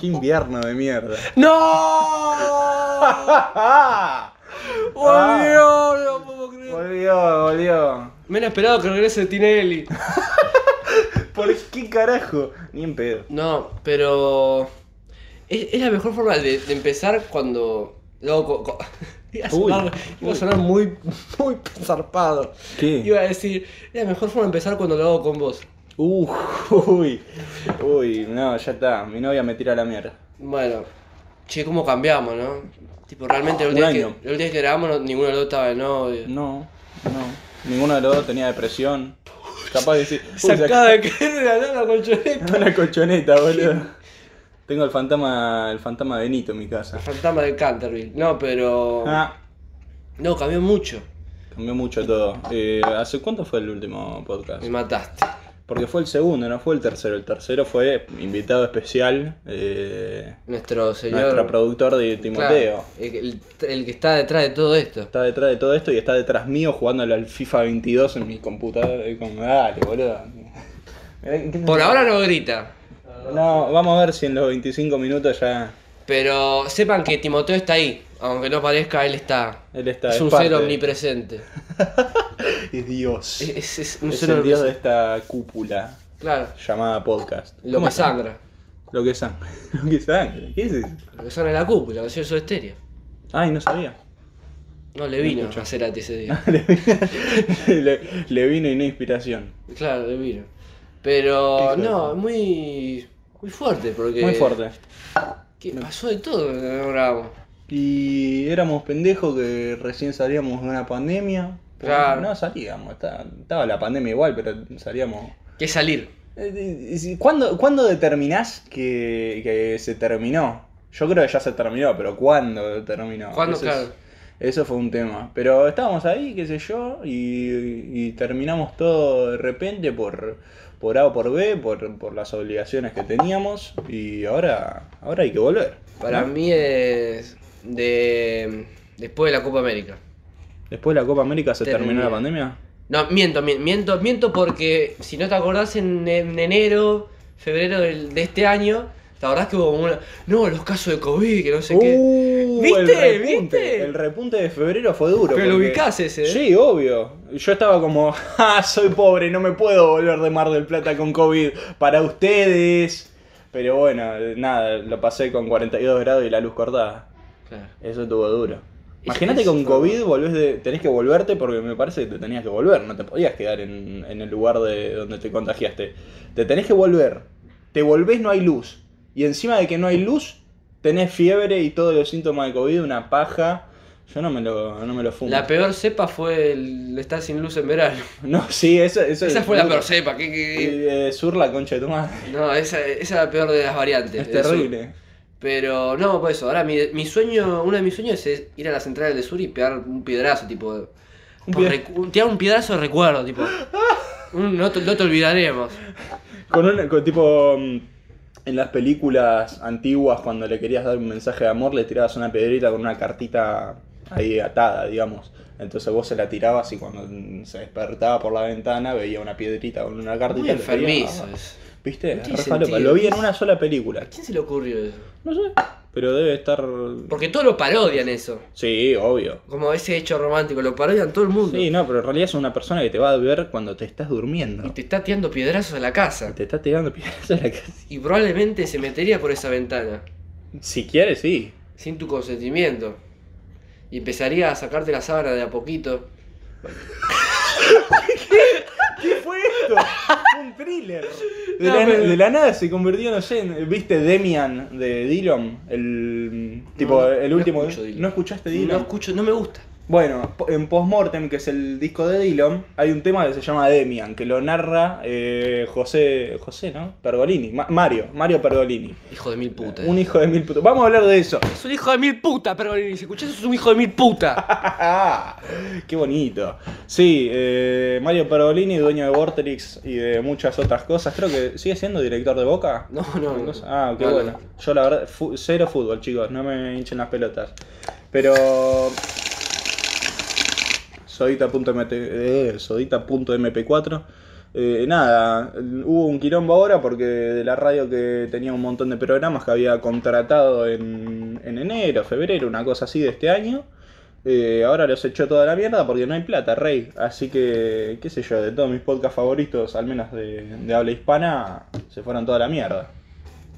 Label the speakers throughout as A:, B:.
A: qué invierno de mierda. Ah.
B: ¡No! ¡Volvió! No lo puedo creer.
A: Volvió, volvió.
B: Menos esperado que regrese Tinelli.
A: ¿Por qué carajo? Ni en pedo.
B: No, pero. Es, es la mejor forma de, de empezar cuando. Loco. co- Iba a
A: Uy,
B: sonar, iba a
A: uy.
B: sonar muy, muy zarpado.
A: ¿Qué?
B: Iba a decir, es la mejor forma de empezar cuando lo hago con vos.
A: Uh, uy, uy, no, ya está. Mi novia me tira a la mierda.
B: Bueno, che, cómo cambiamos, ¿no? Tipo, realmente la
A: Un
B: última, vez que,
A: año.
B: la última vez que grabamos no- ninguno de los dos estaba de novio.
A: No, no. Ninguno de los dos tenía depresión. Capaz de decir. uy, se
B: Sacada de que era la lana con Choreto.
A: acabó Una colchoneta, boludo. Tengo el fantasma, el fantasma Benito en mi casa.
B: El fantasma del Canterville. No, pero.
A: Ah,
B: No, cambió mucho.
A: cambió mucho todo. Eh, ¿Hace cuánto fue el último podcast?
B: Me mataste.
A: Porque fue el segundo, no fue el tercero. El tercero fue invitado especial. Eh,
B: Nuestro señor.
A: nuestro productor de
B: Claro,
A: Timoteo.
B: el, el- el que está detrás de todo esto.
A: Está detrás de todo esto y está detrás mío jugándole al FIFA 22 en mi computadora. Y como, dale, boludo. Mirá, ¿qué te-
B: Por ahora no grita.
A: No, vamos a ver si en los 25 minutos ya
B: Pero sepan que Timoteo está ahí. Aunque no parezca, él está.
A: él está.
B: es un
A: parte
B: ser
A: de-
B: omnipresente.
A: Es Dios.
B: Es,
A: Es,
B: es- es un ser
A: el Dios de
B: omnipresente.
A: esta cúpula
B: Claro.
A: llamada podcast.
B: Lo
A: ¿Cómo
B: que
A: está?
B: sangra.
A: Lo que sangra. Lo que sangra. ¿Qué es eso?
B: Lo que sangra es la cúpula, que yo soy estéreo.
A: Ay, no sabía.
B: No le vino a hacer a ti ese día.
A: le, le- le vino y no inspiración.
B: Claro, le vino. Pero
A: Hijo de
B: no, es muy. Muy fuerte porque.
A: Muy fuerte.
B: que pasó de todo cuando no grabamos.
A: Y éramos pendejos que recién salíamos de una pandemia. Pero
B: Claro.
A: No salíamos, estaba, estaba la pandemia igual, pero salíamos.
B: Que salir.
A: Eh, eh, ¿Cuándo, cuándo determinás que, que se terminó? Yo creo que ya se terminó, pero ¿cuándo terminó?
B: ¿Cuándo,
A: es-
B: claro.
A: eso fue un tema. Pero estábamos ahí, qué sé yo, y, y terminamos todo de repente por, por A o por B, por, por las obligaciones que teníamos, y ahora, ahora hay que volver.
B: Para
A: ¿no?
B: mí es de después de la Copa América.
A: Después de la Copa América se
B: Terminé.
A: terminó la pandemia.
B: No, miento, mi- miento, miento porque si no te acordás en, en enero, febrero del- de este año, te acordás que hubo una... No, los casos de COVID, que no sé qué.
A: Uh,
B: ¿Viste?
A: El repunte,
B: ¿Viste?
A: El repunte de febrero fue duro.
B: Pero lo
A: porque-
B: ubicás ese, ¿eh?
A: Sí, obvio. Yo estaba como, ah, soy pobre, no me puedo volver de Mar del Plata con COVID para ustedes. Pero bueno, nada, lo pasé con 42 grados y la luz cortada.
B: Claro.
A: Eso estuvo duro.
B: Es-
A: Imagínate
B: es-
A: con COVID volvés de, tenés que volverte porque me parece que te tenías que volver, no te podías quedar en, en el lugar de donde te contagiaste. Te tenés que volver, te volvés no hay luz. Y encima de que no hay luz, tenés fiebre y todos los síntomas de COVID, una paja. Yo no me lo, no me lo fumo.
B: La peor cepa fue el estar sin luz en verano.
A: No, sí, eso, eso
B: Esa fue la peor
A: peor
B: cepa, que... que-
A: sur la eh, concha de tu madre.
B: No, esa, esa es la peor de las variantes.
A: Es
B: del sur.
A: terrible.
B: Pero no, por eso, ahora mi, mi sueño, uno de mis sueños es ir a la central del sur y pegar un piedrazo, tipo.
A: Un
B: por
A: pie-
B: recu- un- tirar un piedrazo de recuerdo, tipo. un- no, te, no te olvidaremos.
A: Con un con tipo. mm, En las películas antiguas, cuando le querías dar un mensaje de amor, le tirabas una piedrita con una cartita ahí atada, digamos. Entonces vos se la tirabas y cuando mm, se despertaba por la ventana veía una piedrita con una cartita.
B: Muy
A: y lo quería.
B: enfermizo. es.
A: ¿Viste?
B: No tiene
A: Re falopa.
B: sentido.
A: Lo vi en una sola película.
B: ¿A quién se le ocurrió eso?
A: No sé. Pero debe estar.
B: Porque todos lo parodian eso.
A: Sí, obvio.
B: Como ese hecho romántico, lo parodian todo el mundo.
A: Sí, no, pero en realidad es una persona que te va a ver cuando te estás durmiendo.
B: Y te está tirando piedrazos a la casa.
A: Te está tirando piedras a la casa.
B: Y probablemente se metería por esa ventana.
A: Si quieres, sí.
B: Sin tu consentimiento. Y empezaría a sacarte la sábana de a poquito.
A: ¿Qué fue esto? Un thriller. De,
B: No,
A: la,
B: pero-
A: de la nada se convirtió, no sé, en- ¿viste Demian de Dillon? El mm, tipo,
B: No, no,
A: el
B: no
A: último.
B: escucho Dillon.
A: ¿No escuchaste
B: No
A: Dillon?
B: escucho, no me gusta.
A: Bueno, po- en Postmortem, que es el disco de Dillon, hay un tema que se llama Demian, que lo narra eh, José, José, ¿no? Pergolini, Ma- Mario, Mario Pergolini.
B: Hijo de mil putas.
A: Un hijo de mil putos. Vamos a hablar de eso.
B: Es un hijo de mil puta, pero si escuchás es un hijo de mil puta.
A: Qué bonito. Sí, eh, Mario Pergolini, dueño de Vortex y de muchas otras cosas. Creo que sigue siendo director de Boca.
B: No, no, no.
A: Ah, qué
B: No, no.
A: bueno. Yo la verdad, fu- cero fútbol, chicos, no me hinchen las pelotas. Pero... eh, Sodita.mp4, Eh, nada, hubo un quilombo ahora porque de la radio que tenía un montón de programas que había contratado en, en enero, febrero, una cosa así de este año. eh, ahora los echó toda la mierda porque no hay plata, rey. Así que, qué sé yo, de todos mis podcasts favoritos, al menos de, de habla hispana, se fueron toda la mierda.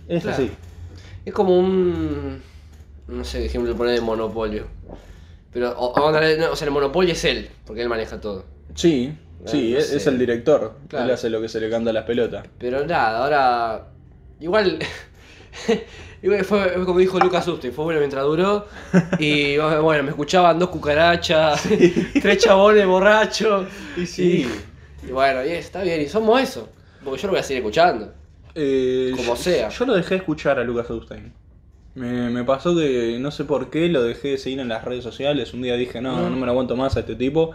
A: Es
B: Claro.
A: así.
B: Es como un. No sé qué ejemplo poner de monopolio. Pero, o, o andale- no, o sea, el monopolio es él, porque él maneja todo.
A: Sí,
B: No,
A: sí,
B: no
A: es, es
B: sé.
A: el director. Él
B: Claro.
A: hace lo que se le canta a las pelotas.
B: Pero nada, ahora. Igual. igual fue, fue como dijo Lucas Uste, fue bueno mientras duró. Y bueno, me escuchaban dos cucarachas, tres chabones borrachos.
A: Y sí.
B: Y, y bueno, y está bien, y somos eso. Porque yo lo voy a seguir escuchando.
A: Eh,
B: Como
A: yo,
B: sea.
A: Yo lo dejé de escuchar a Lucas Austin. Me, me pasó que no sé por qué lo dejé de seguir en las redes sociales. Un día dije, no, no,
B: Mm.
A: me lo aguanto más a este tipo.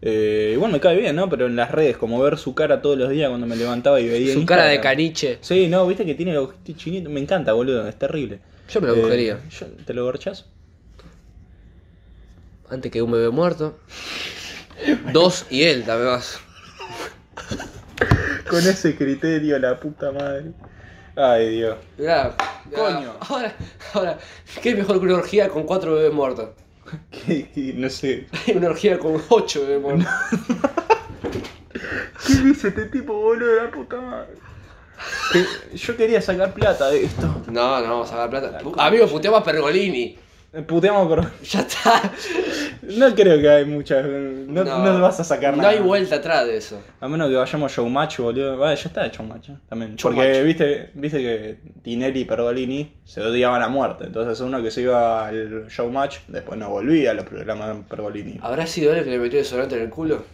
A: Eh, igual me cae bien, ¿no? Pero en las redes, como ver su cara todos los días cuando me levantaba y veía.
B: Su
A: en
B: cara de
A: Instagram.
B: caniche.
A: Sí, no, viste que tiene el ojito chinito. Me encanta, boludo, es terrible.
B: Yo me lo
A: Eh,
B: cogería.
A: yo- ¿Te lo gorchás?
B: Antes que un bebé muerto. Dos y él, también más.
A: Con ese criterio, la puta madre. Ay, Dios.
B: Mirá, mirá,
A: Coño.
B: Ahora, ahora, ¿qué es mejor que una orgía con cuatro bebés muertos?
A: Que- que- no sé.
B: una orgía con ocho bebés muertos.
A: ¿Qué dice este tipo, boludo, la puta madre? Que- yo quería sacar plata de esto.
B: No, no, vamos a dar plata. Amigo, puteamos a Pergolini.
A: Puteamos, pero
B: Ya está.
A: no creo que hay muchas. No, no, vas a sacar nada.
B: No hay vuelta atrás de eso.
A: A menos que vayamos showmatch, boludo. Vale, ya está showmatch ¿eh? también.
B: Showmatch.
A: Porque viste, viste que Tinelli y Pergolini se odiaban a muerte. Entonces uno que se iba al showmatch, después no volvía a los programas de Pergolini.
B: ¿Habrá sido él el que le metió desodorante en el culo?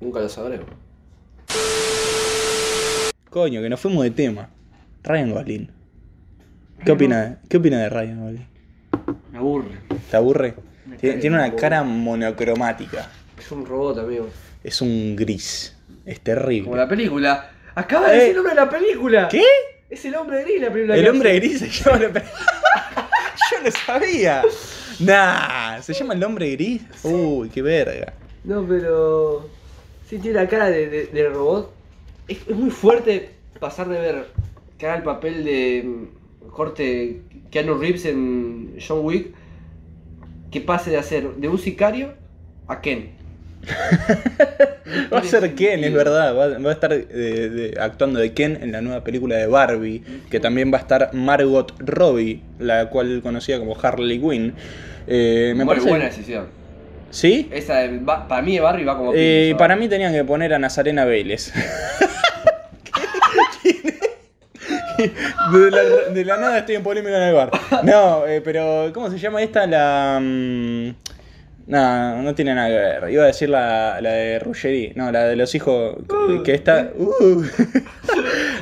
B: Nunca lo sabremos.
A: Coño, que nos fuimos de tema. Ryan Gosling. ¿Qué opina, ¿Qué opina de Ryan Gosling?
B: Me aburre.
A: ¿Te aburre?
B: Me
A: Tiene,
B: cae
A: tiene una
B: bien,
A: cara monocromática.
B: Es un robot, amigo.
A: Es un gris. Es terrible.
B: Como la película. Acaba de
A: Eh.
B: decir el nombre de la película.
A: ¿Qué?
B: Es el hombre gris la película.
A: El
B: que
A: hombre
B: hace.
A: gris se llama la pe- Yo no sabía. Nah, ¿se llama el hombre gris? Uy, qué verga.
B: No, pero. Sí, tiene la cara de, de- de robot. Es, es muy fuerte pasar de ver que haga el papel de mm, corte Keanu Reeves en John Wick. Que pase de hacer de un sicario a Ken.
A: Va a ser Ken, es
B: sentido.
A: verdad. Va, va a estar eh, de- actuando de Ken en la nueva película de Barbie. Que también va a estar Margot Robbie, la cual conocida como Harley Quinn. Eh, me
B: Muy
A: parece.
B: buena decisión.
A: ¿Sí?
B: Esa de- va- para mí de Barry va como.
A: Eh,
B: pinza.
A: para mí tenían que poner a Nazarena Vélez. De la, de la nada estoy en polémica en el bar. No, eh, pero ¿cómo se llama esta? La... mm, No, no tiene nada que ver. Iba a decir la, la de Ruggeri. No, la de los hijos que- que está... Uh.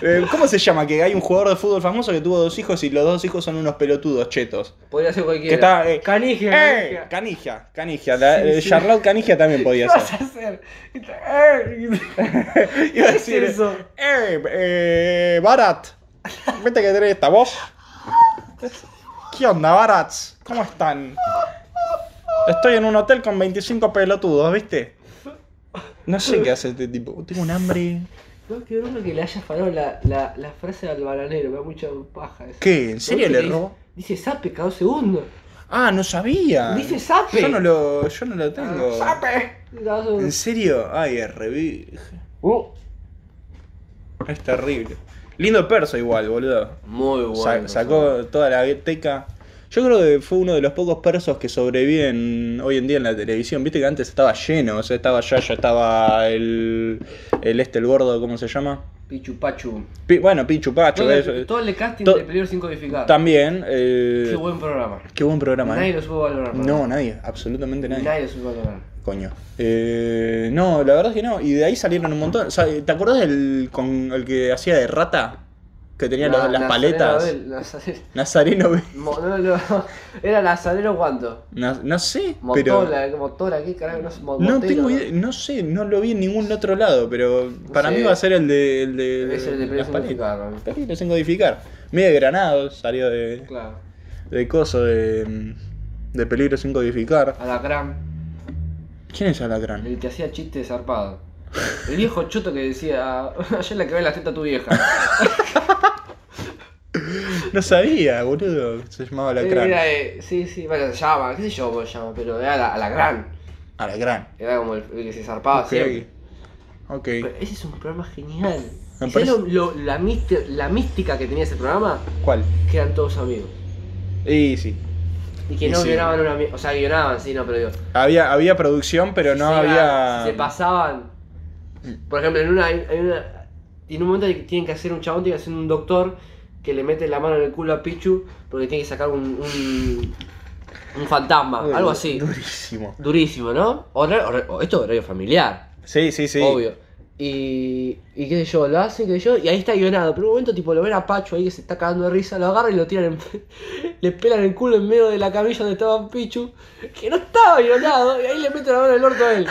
A: Eh, ¿Cómo se llama? Que hay un jugador de fútbol famoso que tuvo dos hijos y los dos hijos son unos pelotudos chetos.
B: Podría ser
A: Que
B: cualquiera.
A: está... eh,
B: Canigia,
A: ¡Eh!
B: canigia.
A: Canigia, Canigia. La-
B: Sí,
A: eh,
B: sí.
A: Charlotte Canigia también podía ser.
B: ¿Qué vas a hacer? Eh.
A: Iba a
B: ¿Qué es
A: decir,
B: eso?
A: "Eh, eh, Barat, vete que tenés esta voz. ¿Qué onda, Barats? ¿Cómo están? Estoy en un hotel con 25 pelotudos, ¿viste? No sé qué hace este tipo. Tengo un hambre.
B: No, qué broma que le haya falado la, la, la frase al bananero, me da mucha paja eso.
A: ¿Qué? ¿En serio
B: ¿No?
A: le
B: Que
A: robó?
B: Dice sape cada dos segundos.
A: Ah, no sabía.
B: Dice sape.
A: Yo no lo, yo no lo tengo.
B: ¡Sape! Ah, Cada dos
A: ¿En
B: segundos.
A: serio? Ay, es revi-
B: Uh,
A: Es terrible. Lindo perso igual, boludo.
B: muy
A: Sa-
B: bueno.
A: sacó toda la teca. Yo creo que fue uno de los pocos persos que sobreviven hoy en día en la televisión. Viste que antes estaba lleno, o sea, estaba Yaya, estaba el, el este, el gordo, ¿cómo se llama?
B: Pichu Pachu.
A: Pi- bueno, Pichu Pacho,
B: Todo,
A: que es-
B: el- todo el casting
A: to-
B: de Peligro sin codificar.
A: también. eh,
B: Qué buen programa.
A: qué buen programa,
B: Nadie
A: ¿eh?
B: lo supo valorar.
A: No, nadie, absolutamente nadie.
B: Nadie lo supo valorar.
A: Coño. Eh, no, la verdad es que no. Y de ahí salieron un montón. O sea, ¿Te acordás del con el que hacía de rata? Que tenía
B: Na-
A: los- las
B: Nazareno
A: paletas.
B: Abel, Nazareno-
A: Nazareno. Abel.
B: Mo- no, no, Era Nazareno cuánto.
A: Na- no sé, pero.
B: Motora, motora, qué carajo, no sé, mo-
A: No
B: Montero,
A: tengo idea, no sé, no lo vi en ningún otro lado, pero para
B: sé.
A: mí va a ser el de, el de,
B: Es el de Peligro
A: las paletas.
B: sin codificar. ¿no?
A: Peligro sin codificar. Medio de granado salió de,
B: Claro.
A: de coso de, de peligro sin codificar.
B: Alacrán.
A: ¿Quién es Alacrán?
B: El que hacía chistes zarpados. El viejo choto que decía, ayer le acabé la teta a tu vieja.
A: No sabía, boludo. Se llamaba Alacrán.
B: Era, eh, sí, sí, bueno, se llama, qué sé yo cómo se llama, pero era la, la gran.
A: Alacrán.
B: Era como el, el que se zarpaba siempre.
A: Ok. Ok.
B: Pero ese es un programa genial.
A: Me
B: ¿Y sabés lo-
A: parece-
B: lo- la, místi- la mística que tenía ese programa?
A: ¿Cuál?
B: Que eran todos amigos.
A: Y sí.
B: Y que
A: Y
B: no
A: sí.
B: guionaban una mierda. O sea, guionaban, sí, no, pero digo.
A: Había, había producción, pero no
B: se iban,
A: había.
B: ah, Se pasaban. Por ejemplo, en una. hay- hay una- en un momento que tienen que hacer un chabón, tiene que hacer un doctor que le mete la mano en el culo a Pichu porque tiene que sacar un. un, un fantasma,
A: Uy,
B: algo así.
A: Durísimo.
B: Durísimo, ¿no? Horra- horra- o esto es horario familiar.
A: Sí, sí, sí.
B: Obvio. Y, y qué sé yo, lo hacen, qué sé yo, y ahí está guionado. Pero en un momento, tipo, lo ven a Pacho ahí que se está cagando de risa, lo agarran y lo tiran en- Le pelan el culo en medio de la camilla donde estaba Pichu, que no estaba guionado, y ahí le meten la mano en el orto a él.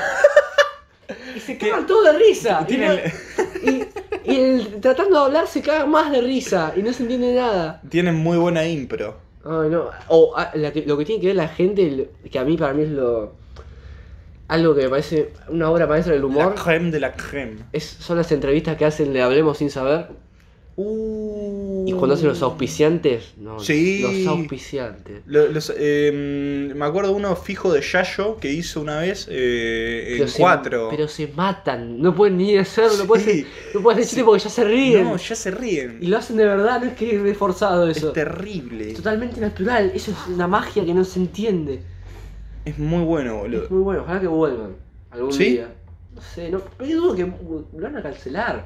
B: Y se cagan todos de risa. Y,
A: Tienen-
B: no- y- y el- tratando de hablar se cagan más de risa y no se entiende nada.
A: Tienen muy buena impro.
B: Ay, no. O ah, la que- lo que tiene que ver la gente, que a mí para mí es lo. Algo que me parece una obra maestra del humor.
A: La creme de la creme.
B: Es- son las entrevistas que hacen de Hablemos Sin Saber.
A: Uh.
B: Y cuando hacen los auspiciantes. No,
A: Sí.
B: los auspiciantes.
A: Lo- los, eh, me acuerdo uno fijo de Yayo que hizo una vez eh, en
B: se,
A: cuatro.
B: pero se matan. No pueden ni hacerlo. No pueden,
A: Sí.
B: hacer- no pueden decir porque ya se ríen.
A: No, ya se ríen.
B: Y lo hacen de verdad. No es que es forzado eso.
A: Es terrible.
B: Totalmente natural. Eso es una magia que no se entiende.
A: Es muy bueno, boludo.
B: Es muy bueno. Ojalá que vuelvan. Algún
A: ¿Sí?
B: día. No sé. No, pero yo dudo que lo van a cancelar.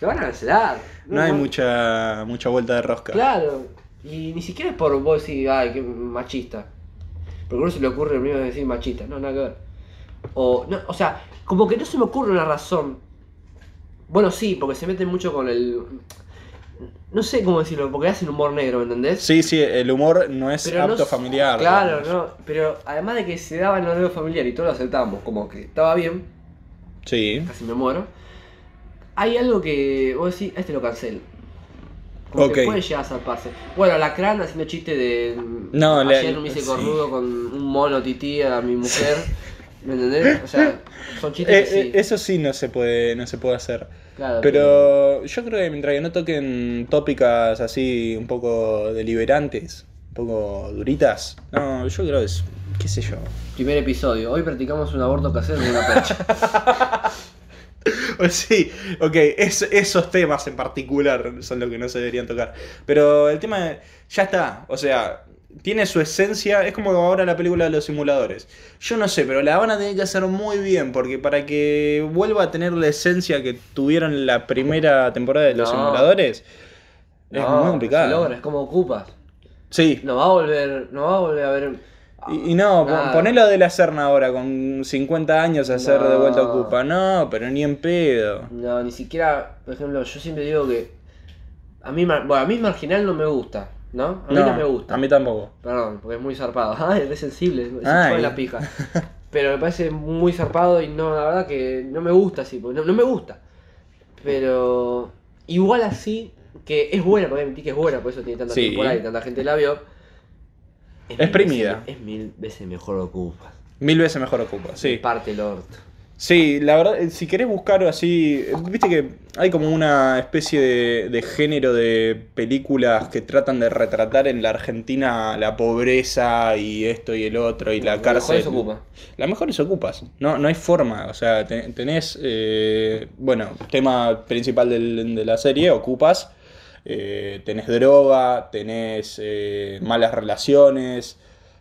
B: Lo van a cancelar.
A: No hay
B: van-
A: mucha mucha vuelta de rosca.
B: Claro, y ni siquiera es por vos decir, ay, qué machista. Porque a uno se le ocurre primero decir machista, no, nada que ver. O, no, o sea, como que no se me ocurre una razón. Bueno, sí, porque se meten mucho con el. No sé cómo decirlo, porque hacen humor negro, ¿me entendés?
A: Sí, sí, el humor no es
B: Pero no
A: apto
B: s-
A: familiar.
B: Claro,
A: digamos.
B: no, pero además de que se daba en horario familiar y todos lo aceptábamos, como que estaba bien,
A: Sí.
B: casi me muero. Hay algo que vos decís, a este lo cancelo. Como
A: Ok.
B: que puede llegar a zarparse. Bueno, la crana haciendo chiste de.
A: No, la-
B: Ayer me hice
A: sí.
B: cornudo con un mono tití a mi mujer. ¿Me entendés? O sea, son chistes
A: Eh,
B: que sí.
A: eh, eso sí no se puede no se puede hacer.
B: claro,
A: Pero yo creo que mientras que no toquen tópicas así un poco deliberantes, un poco duritas, no, yo creo que es, qué sé yo.
B: Primer episodio. Hoy practicamos un aborto casero en una percha.
A: O Sí, ok, es- esos temas en particular son los que no se deberían tocar. Pero el tema de- ya está, o sea, tiene su esencia, es como ahora la película de los simuladores. Yo no sé, pero la van a tener que hacer muy bien, porque para que vuelva a tener la esencia que tuvieron en la primera temporada de los
B: No.
A: simuladores, es
B: No,
A: muy
B: se
A: complicado.
B: logra, es como ocupas.
A: Sí,
B: No va a volver, no va a volver a ver.
A: Y, y no, pon-
B: Nada.
A: ponelo de la Serna ahora, con 50 años hacer de vuelta
B: No.
A: ocupa. No, pero ni en pedo.
B: No, ni siquiera, por ejemplo, yo siempre digo que a mí, mar- bueno, a mí marginal no me gusta, ¿no? A mí no, me gusta.
A: A mí tampoco.
B: Perdón, porque es muy zarpado. Ah, es sensible, se
A: Ay.
B: fue la pija. Pero me parece muy zarpado y no, la verdad que no me gusta así, porque no, no me gusta. Pero igual así, que es buena, porque admití que es buena, por eso tiene tanta
A: Sí.
B: temporada y tanta gente la vio.
A: Es
B: mil
A: primida.
B: veces- es mil veces mejor ocupa.
A: Mil veces mejor ocupa, sí.
B: Parte el orto.
A: Sí, la verdad, eh, si querés buscar así, eh, viste que hay como una especie de, de género de películas que tratan de retratar en la Argentina la pobreza y esto y el otro y la
B: Lo
A: cárcel.
B: mejor es Ocupa.
A: La mejor es Ocupas, no, no hay forma, o sea, te- tenés, eh, bueno, tema principal del- de la serie, Ocupas, eh, tenés droga, tenés eh, malas relaciones,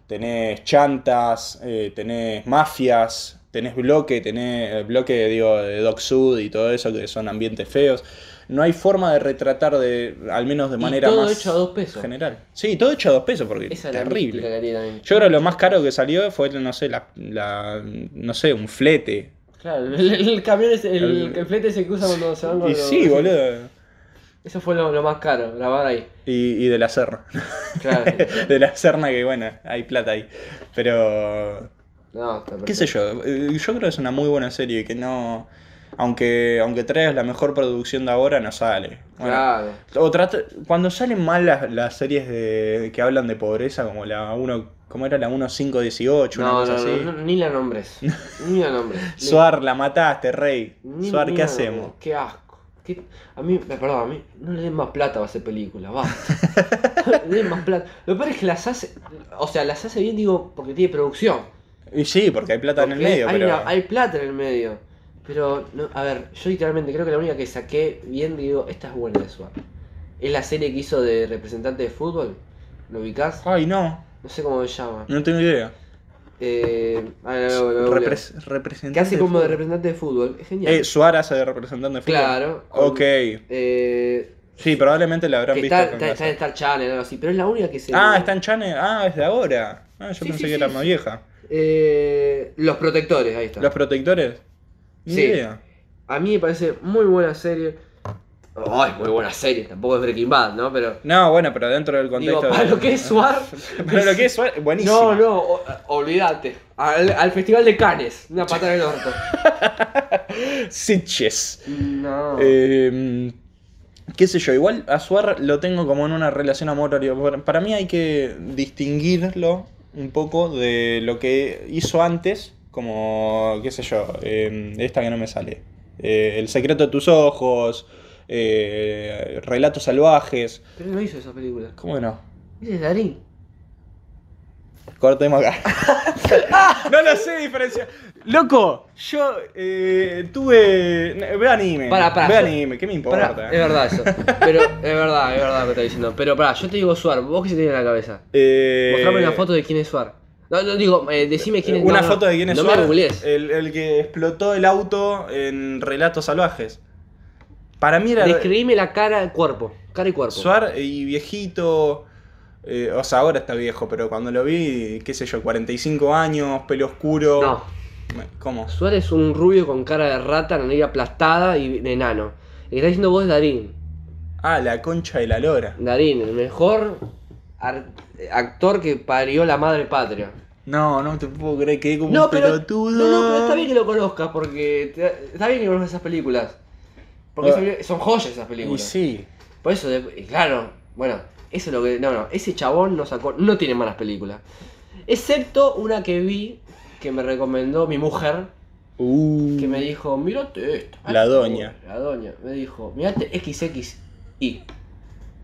A: tenés chantas, eh, tenés mafias, tenés bloque, tenés eh, bloque, digo, de Doc Sud y todo eso, que son ambientes feos. No hay forma de retratar de, al menos de
B: Y
A: manera
B: todo
A: más
B: hecho a dos pesos.
A: general. Sí, todo hecho a dos pesos, porque
B: Esa
A: es
B: es la
A: terrible.
B: mística que tiene también.
A: Yo creo que lo más caro que salió fue, no sé, la, la- no sé, un flete.
B: Claro, el, el- el camión es el,
A: El-
B: el flete ese que usa cuando se van con
A: Y
B: los-
A: sí, boludo.
B: Eso fue lo, lo más caro, grabar ahí.
A: Y, y de la serna.
B: Claro.
A: de la serna que, bueno, hay plata ahí. Pero,
B: No, está perfecto.
A: qué sé yo, eh, yo creo que es una muy buena serie que no... Aunque, aunque traigas la mejor producción de ahora, no sale. Bueno,
B: Claro.
A: O trata- cuando salen mal las, las series de, que hablan de pobreza, como la 1 ¿Cómo era la 1518? Una
B: No,
A: cosa
B: no,
A: así.
B: no, no, ni la nombres. ni la nombres. Ni-
A: Suar, la mataste, rey.
B: ni-
A: Suar,
B: ni
A: ¿qué
B: la
A: hacemos?
B: nombres. Qué asco. Qué- A mí, eh, perdón, a mí no le den más plata a hacer películas, basta. No le den más plata. Lo peor es que las hace, o sea, las hace bien, digo, porque tiene producción.
A: Y sí, porque hay plata en el
B: Porque
A: medio,
B: hay,
A: pero.
B: una- hay plata en el medio. Pero, no, a ver, yo literalmente creo que la única que saqué bien, digo, esta es buena de Suar. Es la serie que hizo de representante de fútbol. ¿Lo ubicás?
A: Ay, no.
B: No sé cómo se llama.
A: Ah. No tengo idea.
B: Eh, ah, no, no, no, no,
A: Repres-
B: no.
A: representante
B: que hace como de
A: fútbol.
B: representante de fútbol. Es genial.
A: Eh, Suar hace de representante de fútbol.
B: Claro.
A: Ok.
B: Eh,
A: Sí, probablemente la habrán
B: que
A: visto.
B: está,
A: con
B: está,
A: Gaza.
B: está en Star Channel algo así, pero es la única que se.
A: Ah, está en Channel. Ah, es de ahora. Ah, yo
B: Sí,
A: pensé
B: sí,
A: que
B: sí,
A: era más
B: sí.
A: vieja.
B: Eh, Los protectores, ahí está.
A: ¿Los protectores? Ni
B: Sí.
A: idea.
B: A mí me parece muy buena serie. Oh, es muy buena serie, tampoco es Breaking Bad, ¿no? Pero.
A: No, bueno, pero dentro del contexto.
B: Digo, para
A: de-
B: lo que es Suar.
A: Para lo que es Suar, buenísimo.
B: No, no, o- olvídate. Al, al Festival de Cannes, una patada en el orto.
A: Sitches.
B: No.
A: Eh, qué sé yo, igual a Suar lo tengo como en una relación amor odio. Para mí hay que distinguirlo un poco de lo que hizo antes, como, qué sé yo, eh, esta que no me sale. Eh, El secreto de tus ojos, eh, Relatos salvajes.
B: Pero no hizo esa película.
A: ¿Cómo que no?
B: Ese es Darín.
A: Cortemos acá. no lo sé diferenciar. Loco, yo eh, tuve. ne- Ve anime.
B: Pará, pará,
A: Ve
B: yo-
A: anime, ¿qué me importa?
B: Pará, es verdad eso. Pero es verdad, es verdad lo que está diciendo. Pero pará, yo te digo Suar, vos qué se te viene a la cabeza.
A: Eh,
B: Mostrame una foto de quién es Suar. No, no digo, eh, decime quién es
A: Una
B: no, no,
A: foto de quién es
B: No
A: Suar, Eh,
B: me googlees.
A: el, el que explotó el auto en Relatos Salvajes. Para mí era.
B: Describime la cara, cuerpo. Cara y cuerpo.
A: Suar y viejito. eh, o sea, ahora está viejo, pero cuando lo vi, qué sé yo, 45 años, pelo oscuro.
B: No.
A: ¿Cómo?
B: Suar es un rubio con cara de rata, nariz aplastada y de enano. El que está diciendo vos es Darín.
A: Ah, la concha de la lora.
B: Darín, el mejor ar- actor que parió la madre patria.
A: No, no te puedo creer, quedé como
B: No
A: un
B: pero,
A: pelotudo.
B: no, no, pero está bien que lo conozcas, porque te- está bien que conozcas esas películas. Porque
A: Ah.
B: esas- son joyas esas
A: Y
B: películas.
A: sí.
B: Por eso, de- y claro, bueno, eso es lo que. No, no, ese chabón no sacó. No tiene malas películas. Excepto una que vi que me recomendó mi mujer,
A: Uh,
B: que me dijo: Mirate esto.
A: La doña.
B: La doña. Me dijo: Mirate XXI.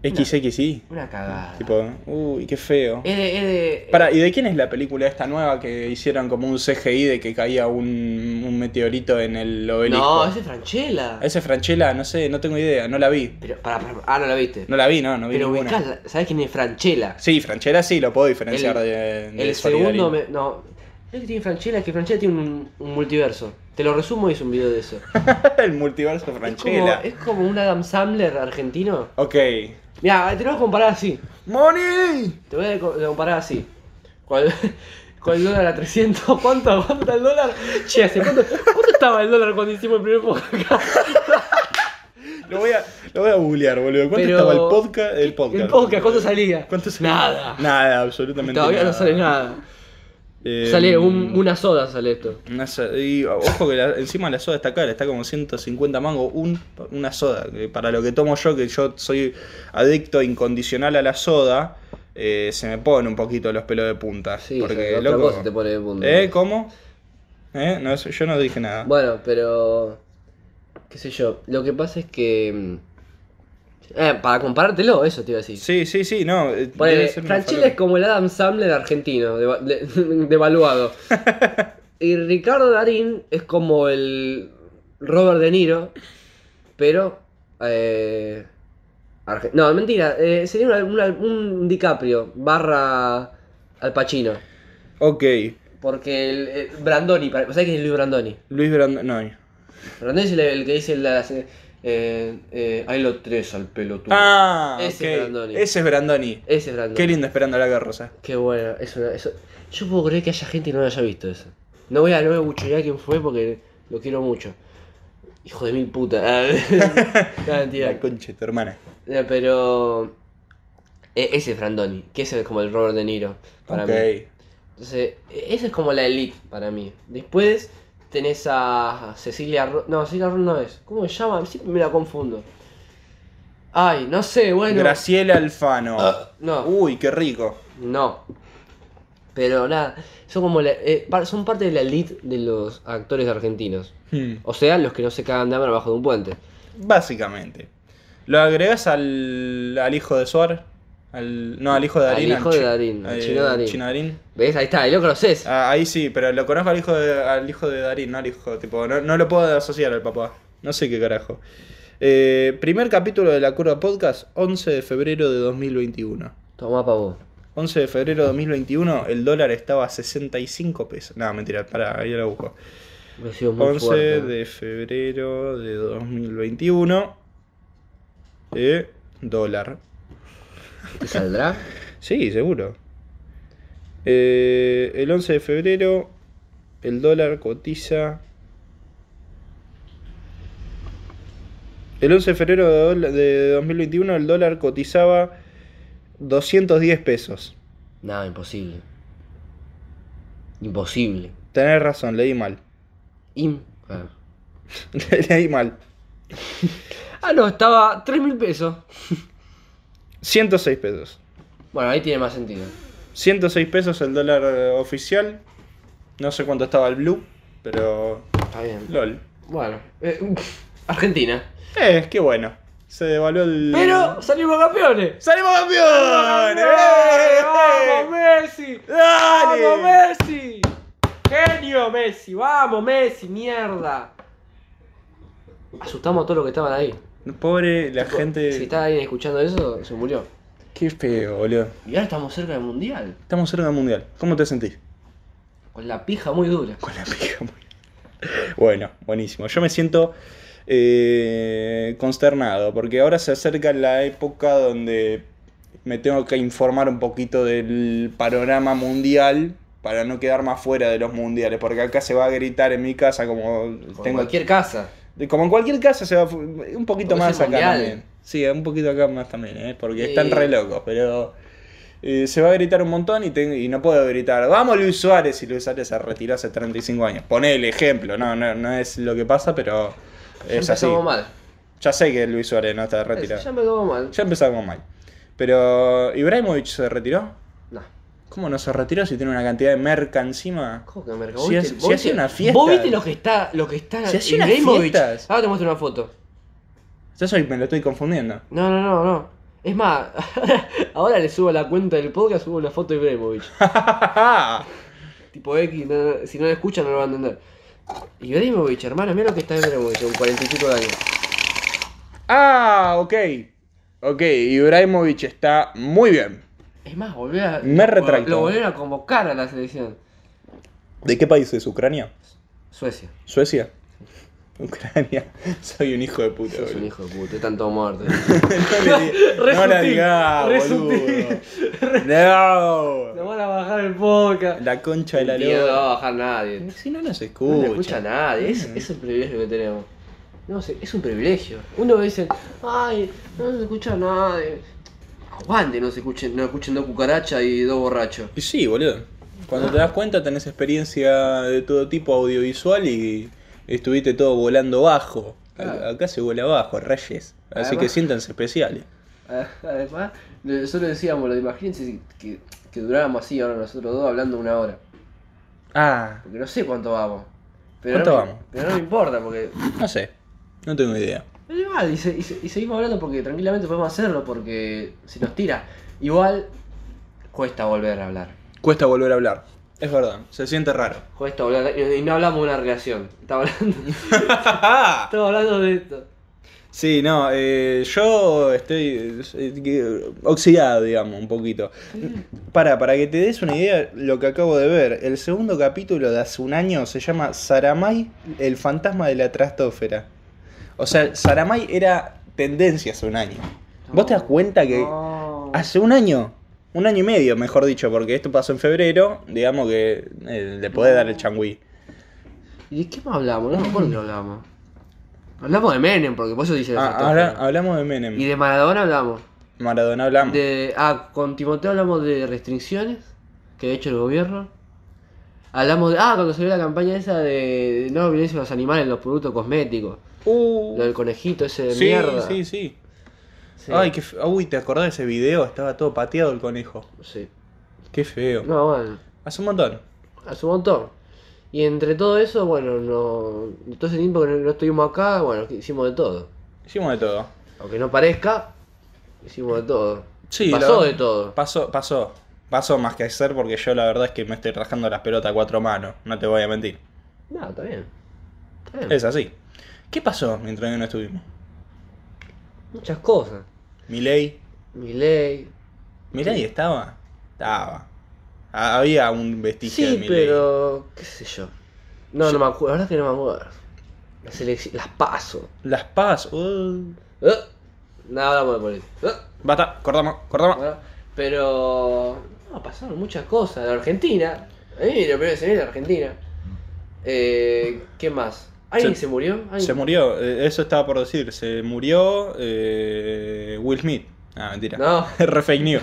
A: XXI.
B: Una cagada.
A: Tipo, uy, qué feo.
B: Es de. es de-
A: Pará, ¿y de quién es la película esta nueva que hicieron como un CGI de que caía un, un meteorito en el obelisco?
B: no, ese es Franchella.
A: Ese Franchella, no sé, no tengo idea, no la vi.
B: Pero, para, para, ah, no la viste.
A: No la vi, no, no vi
B: Pero
A: ninguna.
B: ubicás, ¿sabes quién es Franchella?
A: Sí, Franchella sí, lo puedo diferenciar
B: El-
A: de, de
B: El
A: Solidaridad.
B: segundo me- No. Lo que tiene Franchella es que Franchella tiene un, un multiverso. Te lo resumo y es un video de eso.
A: el multiverso Franchella.
B: Es como, es como un Adam Sandler argentino.
A: Ok.
B: Mira, te lo voy a comparar así.
A: ¡Money!
B: Te voy a co- comparar así. Con, con el dólar a 300. ¿Cuánto, cuánto está el dólar? Che, ¿hace cuánto, cuánto estaba el dólar cuando hicimos el primer podcast?
A: Lo voy a, lo voy a googlear, boludo. ¿Cuánto
B: Pero-
A: estaba el podcast? El podcast.
B: El podcast, ¿cuánto salía?
A: ¿Cuánto salió?
B: Nada.
A: Nada, absolutamente
B: Todavía no sale nada.
A: Eh,
B: Sale un- una soda, sale esto.
A: una so- y ojo que la- encima la soda está cara, está como 150 mangos, un, una soda. que Para lo que tomo yo, que yo soy adicto incondicional a la soda, eh, se me ponen un poquito los pelos de punta.
B: Sí,
A: porque,
B: otra
A: loco,
B: cosa te pone de punto.
A: ¿Eh? ¿Cómo? ¿Eh? No, eso- yo no dije nada.
B: Bueno, pero. qué sé yo. Lo que pasa es que. mm, eh, para comparártelo, eso te iba a decir.
A: Sí, sí, sí, no. eh,
B: Ponele,
A: debe ser una
B: Franchella es
A: falopa.
B: como el Adam Sandler argentino, deva- de- devaluado. y Ricardo Darín es como el Robert De Niro, pero... eh, arge- no, mentira, eh, sería una- una- un DiCaprio barra Al Pacino.
A: Ok,
B: Porque el, el Brandoni, para- ¿sabes quién es Luis Brandoni?
A: Luis Brandon.
B: Uh.
A: No.
B: Brandoni es el, el que dice la... la- eh, eh, hay los tres al pelotudo.
A: Ah,
B: Ese es
A: ok.
B: Brandoni.
A: Ese es Brandoni.
B: Ese es Brandoni.
A: Qué lindo esperando a la carroza.
B: Qué bueno, eso, eso. Yo puedo creer que haya gente que no lo haya visto eso. No voy a, no voy a buchonear quién fue porque lo quiero mucho. Hijo de mil puta. Ah. no, mentira.
A: La concha de tu hermana.
B: No, pero. e- Ese es Frandoni, que ese es como el Robert De Niro para
A: ok.
B: mí. Entonces, e- esa es como la elite para mí. Después tenés a Cecilia Ro... No, Cecilia Ro no es. ¿Cómo se llama? Siempre me la confundo. Ay, no sé, bueno. Ah.
A: Graciela Alfano.
B: No.
A: Uy, qué rico.
B: No. Pero nada, son como la- eh, par- son parte de la elite de los actores argentinos.
A: Hmm.
B: O sea, los que no se cagan de hambre abajo de un puente.
A: Básicamente. Lo agregas al, al hijo de Suar. Al, no, al hijo de
B: Al
A: Darín.
B: hijo de Darín, al
A: eh,
B: chino Darín. ¿Ves? Ahí está, ahí lo conoces.
A: Ah, ahí sí, pero lo conozco al hijo de, al hijo de Darín, no al hijo. Tipo, no, no lo puedo asociar al papá. No sé qué carajo. Eh, primer capítulo de La Curva Podcast, 11 de febrero de 2021.
B: Toma pa' vos.
A: 11 de febrero de 2021, el dólar estaba a 65 pesos. No, mentira, pará, ahí lo busco.
B: Me ha sido muy
A: 11
B: fuerte.
A: de febrero de 2021. Eh, dólar.
B: ¿Te saldrá?
A: Sí, seguro. Eh, el 11 de febrero el dólar cotiza... El 11 de febrero de dola- de 2021 el dólar cotizaba 210 pesos.
B: Nada, imposible. Imposible.
A: Tenés razón, leí mal.
B: Im. Ah.
A: leí mal.
B: Ah, no, estaba 3 mil pesos.
A: 106 pesos.
B: Bueno, ahí tiene más sentido.
A: 106 pesos el dólar eh, oficial. No sé cuánto estaba el blue, pero...
B: Está bien.
A: LOL.
B: Bueno, eh, Argentina.
A: Eh, qué bueno. Se devaluó el...
B: Pero salimos campeones.
A: ¡Salimos campeón!
B: eh, ¡Vamos, Messi! ¡Vamos,
A: ¡Eh! ¡Dale!
B: Messi! ¡Genio, Messi! ¡Vamos, Messi! ¡Mierda! Asustamos a todos los que estaban ahí.
A: Pobre la
B: Si
A: gente.
B: está alguien escuchando eso, se murió.
A: Qué feo, boludo.
B: Y ahora estamos cerca del mundial.
A: Estamos cerca del mundial. ¿Cómo te sentís?
B: Con la pija muy dura.
A: Con la pija, muy- Bueno, buenísimo. Yo me siento eh, consternado porque ahora se acerca la época donde me tengo que informar un poquito del panorama mundial para no quedarme afuera de los mundiales. Porque acá se va a gritar en mi casa como
B: Como
A: tengo
B: cualquier casa.
A: Como en cualquier casa se va fu- un poquito
B: Porque es
A: más
B: el
A: acá
B: mundial.
A: también. Sí, un poquito acá más también, ¿eh? porque
B: Sí.
A: están re locos, pero eh, se va a gritar un montón y, te- y no puedo gritar, vamos Luis Suárez, y Luis Suárez se retiró hace 35 años. Ponele ejemplo, no, no, no es lo que pasa, pero
B: Ya
A: es así.
B: empezamos mal.
A: Ya sé que Luis Suárez no está retirado.
B: Ya empezamos mal.
A: Ya empezamos mal. Pero Ibrahimovic se retiró.
B: No.
A: ¿Cómo no se retiró si tiene una cantidad de merca encima?
B: ¿Cómo que merca?
A: Si
B: ¿Vos
A: hace-
B: viste-
A: si
B: vos
A: hace
B: viste-
A: una fiesta.
B: ¿Vos viste lo que está, lo que está
A: Si hace unas
B: Ibrahimovic?
A: fiestas.
B: Ahora Ah, te muestro una foto.
A: Ya soy, me lo estoy confundiendo.
B: No, no, no, no. Es más, ahora le subo a la cuenta del podcast, subo una foto de Ibrahimovic. tipo X, no, no, si no lo escuchan no lo van a entender. Ibrahimovic, hermano, mira lo que está Ibrahimovic, un 45 de años.
A: Ah, ok. Ok, Ibrahimovic está muy bien.
B: Es más, volver a.
A: Me retracto.
B: Lo volvieron a convocar a la selección.
A: ¿De qué país es? ¿Ucrania?
B: Suecia.
A: ¿Suecia? Ucrania. Soy un hijo de puta.
B: Sos un
A: boludo.
B: hijo de puta, están todos muertos.
A: no le di-
B: Re
A: no la
B: sutil, re
A: digas, boludo. No.
B: Nos van a bajar el podcast.
A: La concha de la
B: Mentira, no
A: lora.
B: va a bajar nadie.
A: Si no nos
B: No
A: escucha.
B: lo escucha nadie, es, es el privilegio que tenemos. No sé, es un privilegio. Uno dice, ay, no se escucha nadie. Aguante, no se escuchen, no escuchen dos cucarachas y dos borrachos.
A: Y sí, boludo. Cuando te das cuenta tenés experiencia de todo tipo audiovisual y estuviste todo volando bajo. A-
B: Claro.
A: Acá se vuela bajo, reyes. Así
B: Además-
A: que siéntanse especiales.
B: Además, nosotros decíamos, lo de, imagínense si- que, que duráramos así ahora nosotros dos hablando una hora.
A: Ah.
B: Porque no sé cuánto vamos. Pero
A: ¿Cuánto
B: no me-
A: vamos?
B: Pero no me importa, porque.
A: No sé. No tengo idea.
B: Pero igual, y, se- y se- y seguimos hablando porque tranquilamente podemos hacerlo, porque si nos tira. Igual, cuesta volver a hablar.
A: Cuesta volver a hablar. Es verdad, se siente raro.
B: Cuesta volver a hablar. Y no hablamos de una relación. Estaba hablando. Estaba hablando de esto.
A: sí, no, eh, yo estoy eh, que- oxidado, digamos, un poquito. Para, para que te des una idea, lo que acabo de ver, el segundo capítulo de hace un año se llama Saramay, el fantasma de la trastófera. O sea, Saramay era tendencia hace un año. ¿Vos te das cuenta que...
B: No.
A: Hace un año, un año y medio, mejor dicho, porque esto pasó en febrero, digamos que eh, le podés dar el changüí.
B: ¿Y de qué más hablamos? No me acuerdo de qué hablamos. Hablamos de Menem, porque por eso dice la
A: Ah,
B: foto.
A: habla- hablamos de
B: Y
A: Menem.
B: de Maradona hablamos.
A: Maradona hablamos.
B: De, ah, con Timoteo hablamos de restricciones que ha hecho el gobierno. Hablamos de. Ah, cuando salió la campaña esa de, de no violencia a los animales, los productos cosméticos.
A: Uh,
B: Lo del conejito ese de
A: sí,
B: mierda.
A: sí, sí,
B: Sí.
A: Ay, qué fe- Uy, ¿te acordás de ese video? Estaba todo pateado el conejo.
B: Sí.
A: Qué feo.
B: No, bueno.
A: Hace un montón.
B: Hace un montón. Y entre todo eso, bueno, no, todo ese tiempo que no, no estuvimos acá, bueno, que hicimos de todo.
A: Hicimos de todo.
B: Aunque no parezca, hicimos de todo.
A: Sí,
B: Pasó
A: la-
B: de todo.
A: Pasó, pasó. Pasó más que hacer porque yo la verdad es que me estoy rajando las pelotas a cuatro manos. No te voy a mentir.
B: No, está bien. Está bien.
A: Es así. ¿Qué pasó mientras no estuvimos?
B: Muchas cosas.
A: Milei.
B: Miley.
A: ¿Milei estaba? Estaba. Ha- Había un vestigio de
B: Sí,
A: Milei.
B: pero. qué sé yo. No, no me acuerdo. La verdad es que no me acuerdo. Las elecciones. Las paso.
A: Las paz. uh.
B: Eh, No hablamos de política. Eh,
A: Basta, cortamos, cortamos.
B: bueno, Pero. No, pasaron muchas cosas. La Argentina. A mí lo primero que se me viene es la Argentina. Eh, ¿Qué más? ¿Alguien
A: Se-
B: se, murió? ¿Alguien?
A: Se murió, eh, eso estaba por decir. Se murió eh, Will Smith. Ah, mentira.
B: No.
A: Re fake news.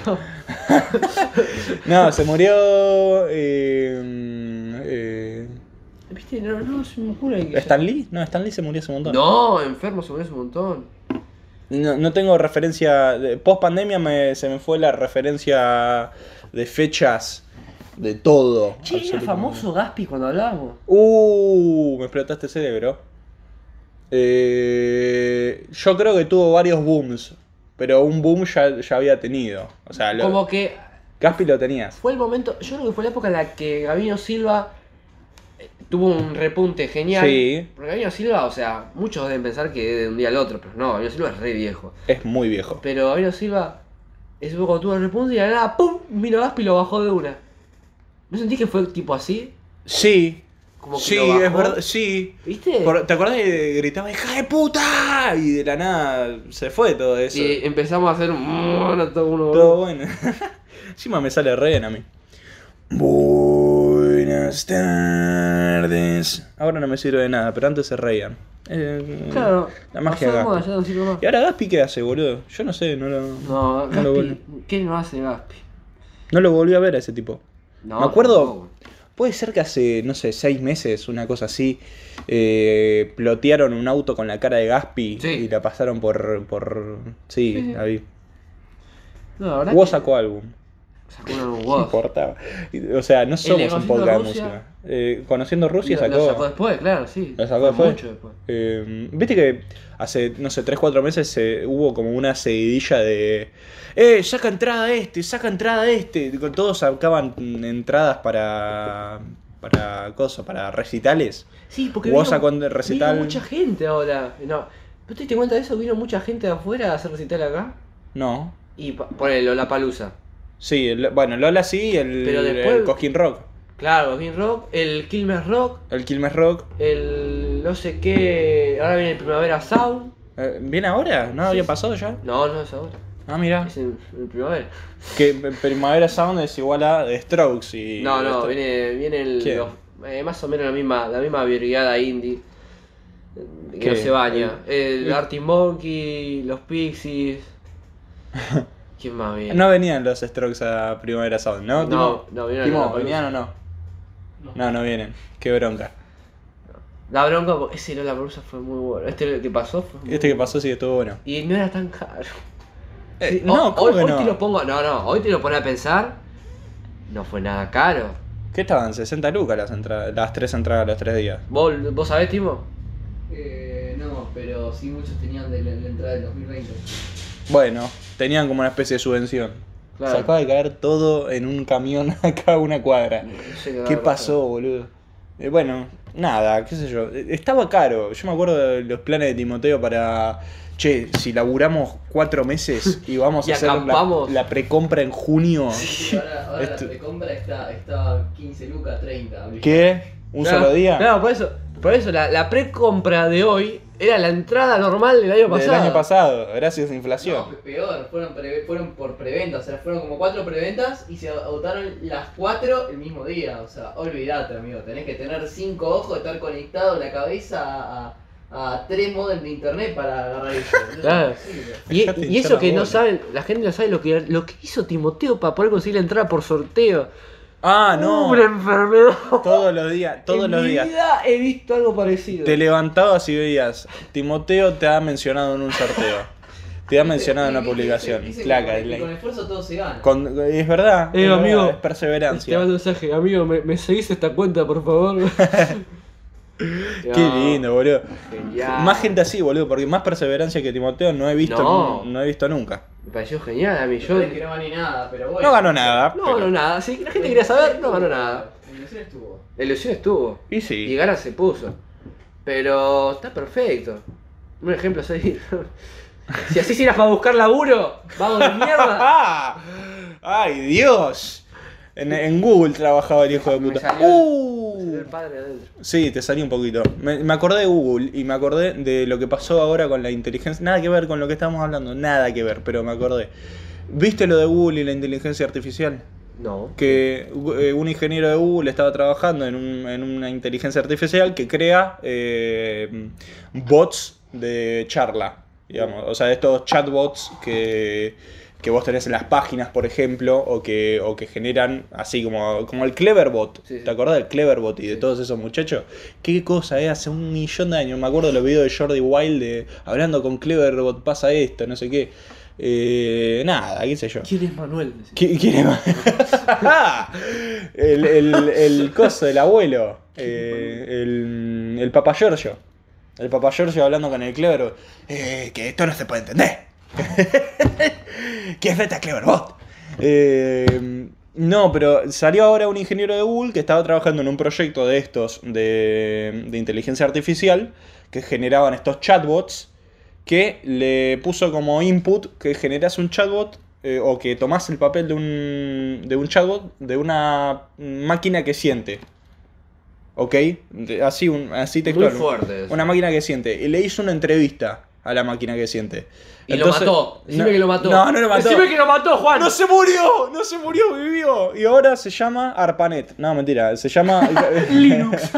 A: no, se murió. eh, mm, eh,
B: ¿Viste? No, no, se me ocurre que-
A: ¿Stan Lee? No, Stan Lee se murió hace un montón.
B: No, enfermo se murió hace un montón.
A: No, no tengo referencia. de- Post pandemia me, se me fue la referencia de fechas, de todo.
B: Che, era
A: absolutamente.
B: famoso Gaspi cuando hablábamos.
A: Uh, me explotaste el cerebro. Eh, yo creo que tuvo varios booms, pero un boom ya, ya había tenido. O sea, lo-
B: Como que
A: Gaspi lo tenías.
B: fue el momento. Yo creo que fue la época en la que Gabino Silva eh, tuvo un repunte genial.
A: Sí.
B: Porque Gabino Silva, o sea, muchos deben pensar que es de un día al otro, pero no, Gabino Silva es re viejo.
A: Es muy viejo.
B: Pero Gabino Silva, ese poco tuvo el repunte y de la nada, ¡pum! Vino Gaspi y lo bajó de una. ¿No sentís que fue tipo así?
A: Sí.
B: Como que
A: sí,
B: lo bajó.
A: es verdad. Sí.
B: ¿Viste?
A: Por- ¿Te acordás que gritaba hija de puta? Y de la nada se fue todo eso.
B: Y empezamos a hacer un... bueno, todo uno,
A: Todo bueno. Encima me sale re bien a mí. Buenas tardes. Ahora no me sirve de nada, pero antes se reían. Eh,
B: Claro.
A: La magia de
B: pasamos
A: Gaspi.
B: allá, no sirve más.
A: ¿Y ahora Gaspi qué hace, boludo? Yo no sé, no lo, no.
B: No,
A: lo
B: Gaspi, ¿qué no hace Gaspi?
A: lo volví a ver a ese tipo.
B: No,
A: Me acuerdo-
B: tampoco.
A: Puede ser que hace, no sé, seis meses, una cosa así, eh, plotearon un auto con la cara de Gaspi
B: Sí.
A: y la pasaron por... por... Sí,
B: Sí, sí.
A: la vi.
B: No, la verdad
A: Vos
B: que-
A: sacó álbum.
B: Sacó un
A: No
B: Woz.
A: importaba. Y- O sea, no somos un
B: Conociendo
A: podcast de
B: Rusia.
A: música. Eh, conociendo Rusia
B: Lo-
A: sacó.
B: Lo sacó después, claro, sí.
A: Lo sacó
B: Fue
A: después.
B: Mucho después.
A: Eh, Viste que hace, no sé, 3-4 meses eh, hubo como una seguidilla de. ¡Eh, saca entrada este! ¡Saca entrada este! Digo, Todos sacaban mm, entradas para. para cosas, para recitales.
B: Sí, porque
A: Vos
B: vino-
A: sacó en el
B: vino
A: recital.
B: mucha gente ahora. No, ¿no te diste cuenta de eso? Vino mucha gente de afuera a hacer recital acá.
A: No.
B: Y pa- ponele la palusa.
A: Sí, el- bueno, Lola sí, el,
B: Pero después-
A: el Cosquín Rock.
B: Claro, King Rock, el Kilmes Rock,
A: El Quilmes Rock.
B: el no sé qué. Ahora viene el Primavera Sound.
A: Eh, ¿Viene ahora? ¿No
B: Sí,
A: había
B: sí.
A: pasado ya?
B: No, no es ahora.
A: Ah, mira.
B: Es en, en primavera.
A: Que Primavera Sound es igual a The Strokes y. este,
B: no, no,
A: Stro-
B: viene, viene el,
A: ¿Quién?
B: los- eh, más o menos la misma, la misma brigada indie. eh, Que
A: ¿Qué?
B: no se baña. El,
A: el-
B: Artie Monkey, los Pixies. ¿Quién más viene?
A: No venían los Strokes a Primavera Sound, ¿no?
B: No,
A: Timo?
B: no, vinieron
A: Timo,
B: a Lollapalooza.
A: ¿venían o no? No, no vienen. Qué bronca.
B: La bronca, porque ese la Brusa fue muy bueno. Este que pasó fue. muy
A: Este que pasó sí estuvo bueno.
B: Y no era tan caro.
A: Eh,
B: Sí,
A: no,
B: hoy-
A: ¿cómo
B: hoy,
A: que
B: hoy
A: no?
B: te lo pongo. No, no, hoy te lo pones a pensar. No fue nada caro.
A: ¿Qué estaban? 60 lucas las, entra- las tres entradas los tres días.
B: ¿Vos, vos sabés, Timo?
C: Eh, no, pero sí muchos tenían de la, la entrada del 2020.
A: Bueno, tenían como una especie de subvención.
B: Claro.
A: Se acaba de caer todo en un camión acá a una cuadra.
B: No sé va
A: ¿Qué
B: a pasar.
A: pasó, boludo? Eh, bueno, nada, qué sé yo. Eh, Estaba caro. Yo me acuerdo de los planes de Timoteo para. Che, si laburamos cuatro meses y vamos
B: Y
A: a hacer la,
B: acampamos.
A: la precompra en junio.
C: Y ahora ahora
A: Esto-
C: la precompra está, está 15 lucas, 30. ¿viste?
A: ¿Qué? ¿Un
B: Claro,
A: solo día?
B: No, por eso, por eso la, la precompra de hoy era la entrada normal del año
A: Del
B: pasado.
A: año pasado, gracias a
C: No,
A: inflación.
C: peor, fueron, preve- fueron por preventa, o sea, fueron como cuatro preventas y se agotaron las cuatro el mismo día. O sea, olvídate, amigo, tenés que tener cinco ojos, estar conectado la cabeza a, a tres modems de internet para agarrar eso. Eso es
B: Claro.
C: imposible.
B: Y,
A: Dejate
B: y
A: hinchar
B: eso
A: las
B: que no
A: bolas.
B: saben, la gente no sabe lo que, lo que hizo Timoteo para poder conseguir la entrada por sorteo.
A: Ah, no.
B: Una enfermedad.
A: Todos los días, todos
B: Uh, en
A: los
B: mi
A: días.
B: vida he visto algo parecido.
A: Te levantabas y veías, Timoteo te ha mencionado en un sorteo. Te ha mencionado en
C: Dicen-
A: una publicación.
C: dicen que
A: Placa.
C: con, que con esfuerzo todo se gana.
A: con- es verdad.
B: Eh,
A: es verdad,
B: amigo,
A: Es
B: Te
A: perseverancia.
B: mando un mensaje, amigo, ¿me, me seguís esta cuenta, por favor?
A: Qué lindo, boludo.
B: Genial.
A: Más gente así, boludo, porque más perseverancia que Timoteo no he visto,
B: No.
A: no, he visto nunca.
B: Me pareció genial a mí. Yo...
C: Yo que no gané nada, pero bueno.
A: No ganó nada.
B: No
A: pero-
B: ganó nada. Si la gente quería saber, no ganó nada.
C: La ilusión estuvo.
B: La ilusión estuvo.
A: Y
B: Y
A: sí.
B: ganas se puso. Pero está perfecto. Un ejemplo soy. si así irás para buscar laburo, vamos de mierda.
A: ¡Ah! ¡Ay, Dios! En, en Google trabajaba el hijo de
B: Me
A: puta.
B: salió el-
A: ¡Uh!
B: El padre adentro.
A: Sí, te salí un poquito. Me, me acordé de Google y me acordé de lo que pasó ahora con la inteligencia. Nada que ver con lo que estábamos hablando, nada que ver, pero me acordé. ¿Viste lo de Google y la inteligencia artificial?
B: No.
A: que eh, un ingeniero de Google estaba trabajando en, un- en una inteligencia artificial que crea eh, bots de charla, digamos. O sea, estos chatbots que, que vos tenés en las páginas, por ejemplo, o que, o que generan así como, como el Cleverbot.
B: Sí, sí.
A: ¿Te acordás del Cleverbot y de
B: Sí.
A: todos esos muchachos? Qué cosa, eh? hace un millón de años. Me acuerdo de los videos de Jordi Wild de hablando con Cleverbot, pasa esto, no sé qué. Eh, nada, qué sé yo.
B: ¿Quién es Manuel?
A: ¿Qui- ¿Quién es más? el, el, el coso del abuelo. eh, el, el papá Giorgio. El papá Giorgio hablando con el Clever. eh, que esto no se puede entender. ¿Qué es Beta Cleverbot? Eh, no, pero salió ahora un ingeniero de Google que estaba trabajando en un proyecto de estos de, de inteligencia artificial que generaban estos chatbots que le puso como input que generas un chatbot eh, o que tomás el papel de un, de un chatbot de una máquina que siente. ¿Ok? De- Así, un, así textual.
B: fuerte eso.
A: Una máquina que siente. Y le hizo una entrevista a la máquina que siente.
B: Y lo mató. Decime que lo mató.
A: No, no lo mató.
B: Decime que lo mató, Juan.
A: ¡No se murió! ¡No se murió! ¡Vivió! Y ahora se llama Arpanet. No, mentira. Se llama...
B: Linux.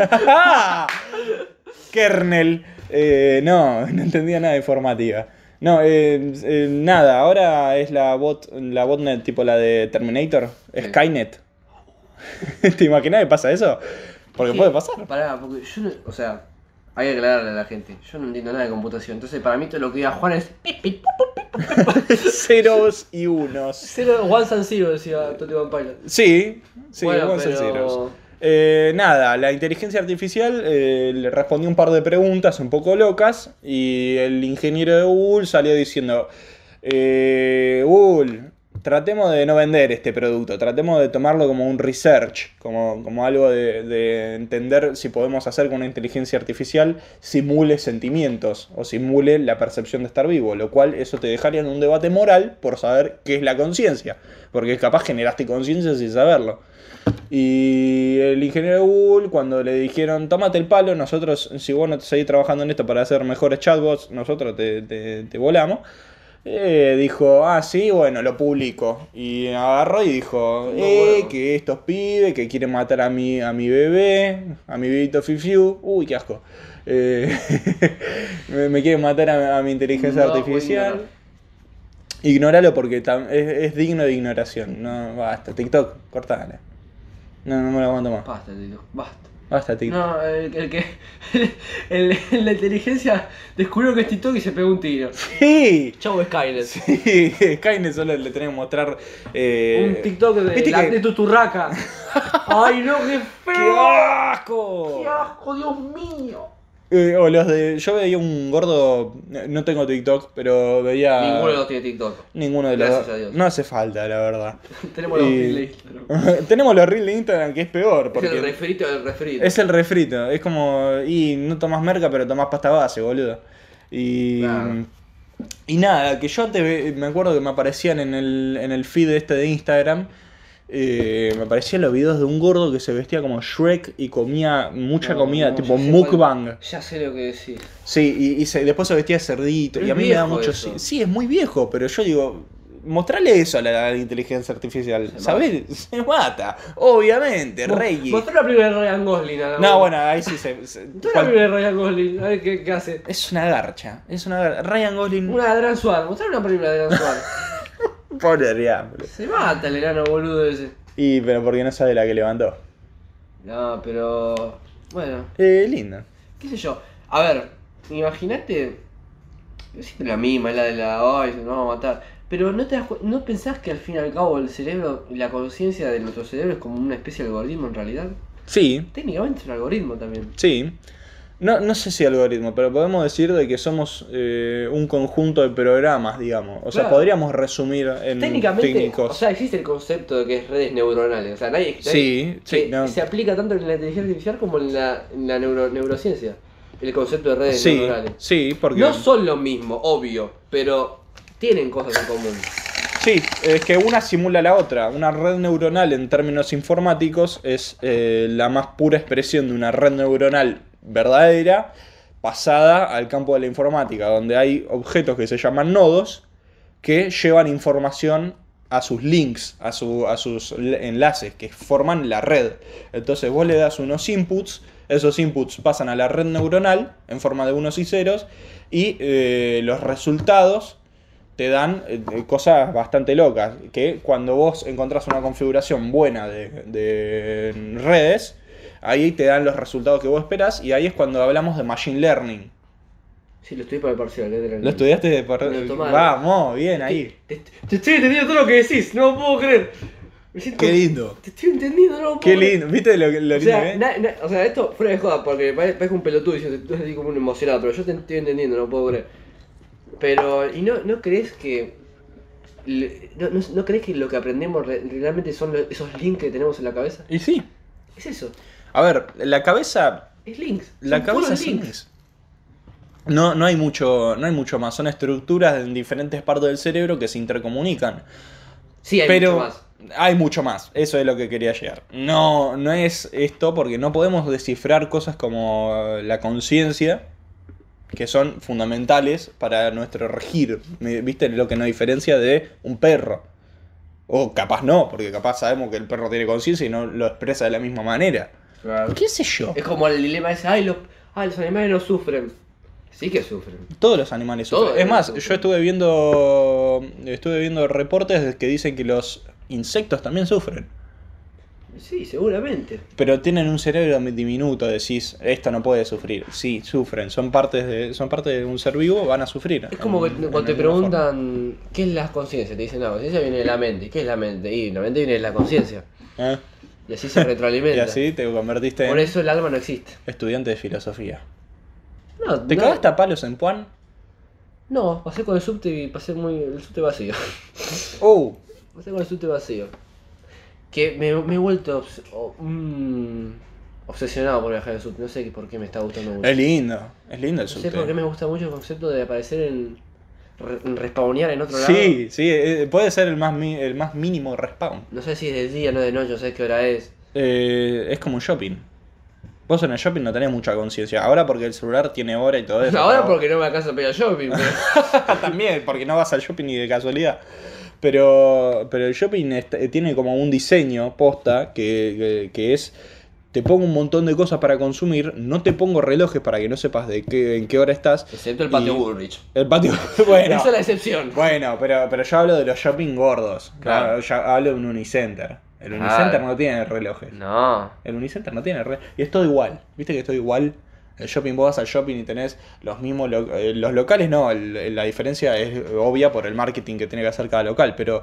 A: Kernel. Eh, no, no entendía nada de informática. No, eh, eh, nada, ahora es la bot, la botnet tipo la de Terminator,
B: Sí.
A: Skynet. ¿Te imaginas que pasa eso? Porque
B: Sí,
A: puede pasar.
B: Pará, porque yo no. O sea, hay que aclararle a la gente. Yo no entiendo nada de computación. Entonces, para mí, todo lo que diga Juan es. pip, pip, pop, pop.
A: Ceros y unos.
B: Cero, One and Zero decía Totti Van Pilot.
A: Sí, sí,
B: Bueno,
A: vamos a ser
B: pero-
A: ceros. Eh, nada, la inteligencia artificial eh, le respondió un par de preguntas un poco locas y el ingeniero de Google salió diciendo, eh, Google, tratemos de no vender este producto, tratemos de tomarlo como un research, como, como algo de, de entender si podemos hacer que una inteligencia artificial simule sentimientos o simule la percepción de estar vivo, lo cual eso te dejaría en un debate moral por saber qué es la conciencia, porque capaz generaste conciencia sin saberlo. Y el ingeniero de Google, cuando le dijeron, tómate el palo, nosotros, si vos no seguís trabajando en esto para hacer mejores chatbots, nosotros te, te- te volamos. eh, dijo, ah, sí, bueno, lo publico. Y agarró y dijo,
B: No,
A: eh,
B: bueno.
A: que estos pibes que quieren matar a mi, a mi bebé, a mi bebito Fifiu. Uy, qué asco. Eh, me, me quieren matar a, a mi inteligencia
B: No,
A: artificial. Ignóralo porque tam- es, es digno de ignoración. No, basta. TikTok, cortale. No, no me lo aguanto más.
B: Basta, tío, basta.
A: Basta, TikTok.
B: No, el, el que. El, el- la inteligencia descubrió que es TikTok y se pegó un tiro.
A: Sí.
B: Chau, Skynet.
A: Sí, Skynet solo le tenemos que mostrar. eh,
B: Un TikTok de,
A: ¿viste
B: la,
A: que-
B: de Tuturraca. Ay, no, qué
A: ¡Qué
B: feo.
A: asco!
B: ¡Qué asco, Dios mío!
A: Eh, o los de. Yo veía un gordo. No tengo TikTok, pero veía.
B: Ninguno de los tiene TikTok.
A: Ninguno de los
B: Gracias
A: dos.
B: a Dios.
A: No hace falta, la verdad.
B: Tenemos los
A: Y-
B: mil Instagram.
A: Tenemos los reels de Instagram, que es peor,
B: Es el
A: porque
B: referito del referito.
A: es el refrito. Es como, y no tomás merca, pero tomás pasta base, boludo. Y,
B: Claro.
A: y nada, que yo antes ve- me acuerdo que me aparecían en el, en el feed este de Instagram. eh, me aparecían los videos de un gordo que se vestía como Shrek y comía mucha
B: No,
A: comida,
B: Oh, no,
A: tipo
B: ya sé
A: mukbang.
B: Ya sé lo que decís.
A: Sí, y, y se- después se vestía de cerdito.
B: Es
A: y a mí me da
B: viejo
A: mucho.
B: eso.
A: Sí, sí, es muy viejo, pero yo digo. Mostrale eso a la, a la inteligencia artificial.
B: Se
A: ¿Sabés? Se mata. Obviamente, Reggie.
B: Mostrá la película de Ryan Gosling. a la
A: No,
B: voz.
A: bueno, ahí sí se. se-
B: Mostrá
A: cual-
B: la película de Ryan Gosling. A ver qué, qué hace.
A: es una garcha. Es una garcha. Ryan Gosling.
B: Una de Adrián Suárez. Mostrá una película de Adrián Suárez.
A: Pobre Ryan. boludo.
B: se mata el enano boludo ese.
A: Y, pero porque no sabe la que levantó.
B: No, pero. Bueno,
A: Eh, lindo.
B: qué sé yo. A ver, imagínate Es siempre la misma, es la de la. ¡Ay, nos vamos a matar! Pero no, te das cu- ¿no pensás que al fin y al cabo el cerebro, la conciencia de nuestro cerebro es como una especie de algoritmo en realidad?
A: Sí,
B: Técnicamente es un algoritmo también.
A: sí. No, no sé si algoritmo, pero podemos decir de que somos eh, un conjunto de programas, digamos. O sea,
B: Claro.
A: podríamos resumir en
B: Técnicamente,
A: técnicos.
B: o sea, existe el concepto de que es redes neuronales. O sea, nadie.
A: sí, sí,
B: que
A: no.
B: Se aplica tanto en la inteligencia artificial como en la, en la neuro- neurociencia. El concepto de redes
A: sí,
B: neuronales.
A: sí, porque...
B: No son lo mismo, obvio, pero tienen cosas en común.
A: Sí, es que una simula la otra. Una red neuronal en términos informáticos es eh, la más pura expresión de una red neuronal verdadera pasada al campo de la informática, donde hay objetos que se llaman nodos que llevan información a sus links, a, su- a sus le- enlaces que forman la red. Entonces vos le das unos inputs, esos inputs pasan a la red neuronal en forma de unos y ceros y eh, los resultados te dan eh, cosas bastante locas. Que cuando vos encontrás una configuración buena de, de redes, ahí te dan los resultados que vos esperás. Y ahí es cuando hablamos de Machine Learning.
B: Sí, lo estudié para el parcial. eh, de la-
A: Lo estudiaste de por...
B: Me lo tomaron.
A: Vamos, bien ahí.
B: Te, te estoy entendiendo todo lo que decís, no lo puedo creer. Me siento-
A: Qué lindo.
B: Te estoy entendiendo, no lo puedo
A: Qué
B: creer.
A: lindo. ¿Viste lo, lo
B: O
A: lindo que
B: sea,
A: es?
B: na- na- o sea, esto fuera de joda, porque pare- parezco un pelotudo y yo te- estoy como un emocionado, pero yo te estoy entendiendo, no puedo creer. Pero, ¿y no, no crees que. le- No, no- no crees que lo que aprendemos re- realmente son lo- esos links que tenemos en la cabeza?
A: Y sí.
B: Es eso,
A: A ver, la cabeza.
B: es links.
A: La
B: son
A: cabeza
B: puros
A: sí es- No, no hay mucho, no hay mucho más. Son estructuras en diferentes partes del cerebro que se intercomunican.
B: Sí, hay
A: pero
B: mucho más.
A: hay mucho más. Eso es lo que quería llegar. No, no es esto porque no podemos descifrar cosas como eh, la conciencia que son fundamentales para nuestro regir. Me- ¿Viste lo que nos diferencia de un perro? O capaz no, porque capaz sabemos que el perro tiene conciencia y no lo expresa de la misma manera. ¿Qué sé yo?
B: Es como el dilema ese, ay, los, ay, los animales no sufren. Sí que sufren.
A: Todos los animales
B: Todos
A: sufren. Es más,
B: sufren.
A: yo estuve viendo estuve viendo reportes que dicen que los insectos también sufren.
B: Sí, seguramente.
A: Pero tienen un cerebro diminuto, decís, esto no puede sufrir. Sí, sufren, son partes de, son parte de un ser vivo, van a sufrir.
B: Es como que
A: En- Mm, en
B: cuando te
A: alguna forma.
B: preguntan qué es la conciencia, te dicen, no, la conciencia viene de la mente. ¿Y ¿Qué es la mente? Y la mente viene de la conciencia.
A: ¿Eh?
B: Y así se retroalimenta.
A: Y así te convertiste
B: Por
A: en
B: eso el alma no existe.
A: estudiante de filosofía.
B: No,
A: ¿Te
B: no,
A: cagaste a palos en Puan?
B: No, pasé con el subte y pasé muy. el subte vacío.
A: Uh,
B: pasé con el subte vacío. Que me, me he vuelto obs- o- mm, obsesionado por viajar en el subte. No sé por qué me está gustando mucho.
A: es lindo, es lindo el
B: no sé
A: subte.
B: por qué me gusta mucho el concepto de aparecer en. re- en respawnear en otro lado.
A: Sí, sí, eh, puede ser el más, mi- el más mínimo respawn.
B: No sé si es de día, no de noche, no sé qué hora es.
A: Eh, es como un shopping. Vos en el shopping no tenés mucha conciencia. Ahora porque el celular tiene hora y todo eso.
B: Ahora
A: pero-
B: porque no me alcanza a pegar shopping. pero-
A: También, porque no vas al shopping ni de casualidad. Pero, pero el shopping est- eh, tiene como un diseño posta que, que- que es, te pongo un montón de cosas para consumir, no te pongo relojes para que no sepas de qué, en qué hora estás.
B: Excepto el
A: Y-
B: patio Bullrich.
A: El patio... Bueno,
B: Esa es la excepción.
A: bueno pero, pero yo hablo de los shopping gordos.
B: Claro.
A: ¿no? Yo hablo de un Unicenter. El
B: Claro.
A: Unicenter no tiene relojes.
B: No.
A: El Unicenter no tiene red. Y es todo igual. Viste que es todo igual. El shopping, vos vas al shopping y tenés los mismos. lo- eh, los locales no, el- el- la diferencia es eh, obvia por el marketing que tiene que hacer cada local. Pero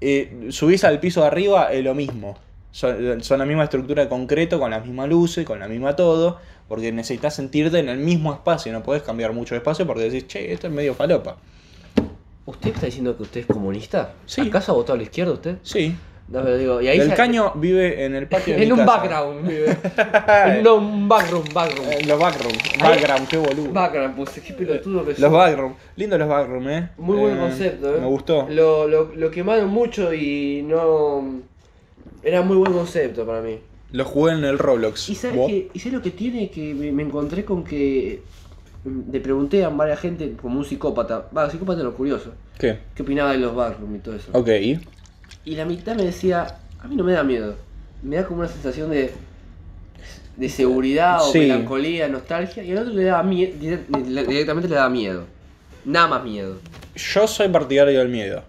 A: eh, subís al piso de arriba, es lo mismo. Son, son la misma estructura de concreto, con las mismas luces, con la misma todo. Porque necesitas sentirte en el mismo espacio. No podés cambiar mucho de espacio porque decís, che, esto es medio falopa.
B: ¿Usted está diciendo que usted es comunista?
A: Sí.
B: ¿Acaso ha votado a la izquierda usted?
A: Sí.
B: No, pero digo, y ahí
A: El
B: se-
A: caño vive en el patio de
B: En
A: mi
B: un
A: casa.
B: background, vive. en no, un backroom, backroom.
A: En Eh, los backroom. Background, qué boludo.
B: Background, puse, qué pelotudo que
A: Los
B: soy.
A: backroom, lindo los backroom, eh.
B: Muy buen
A: Eh,
B: concepto, eh.
A: Me gustó.
B: Lo, lo, lo quemaron mucho y no. Era muy buen concepto para mí.
A: Lo jugué en el Roblox.
B: ¿Y sabes,
A: ¿Vos?
B: que, ¿Y sabes lo que tiene? Que me, me encontré con que. mm, Le pregunté a varias gente, como un psicópata. Va, psicópata no, curioso.
A: ¿Qué?
B: ¿Qué opinaba de los backroom y todo eso?
A: Ok.
B: Y la mitad me decía, a mí no me da miedo. Me da como una sensación de, de seguridad o
A: Sí.
B: melancolía, nostalgia. Y al otro le daba mie- dire- le- directamente le daba miedo. Nada más miedo.
A: Yo soy partidario del miedo.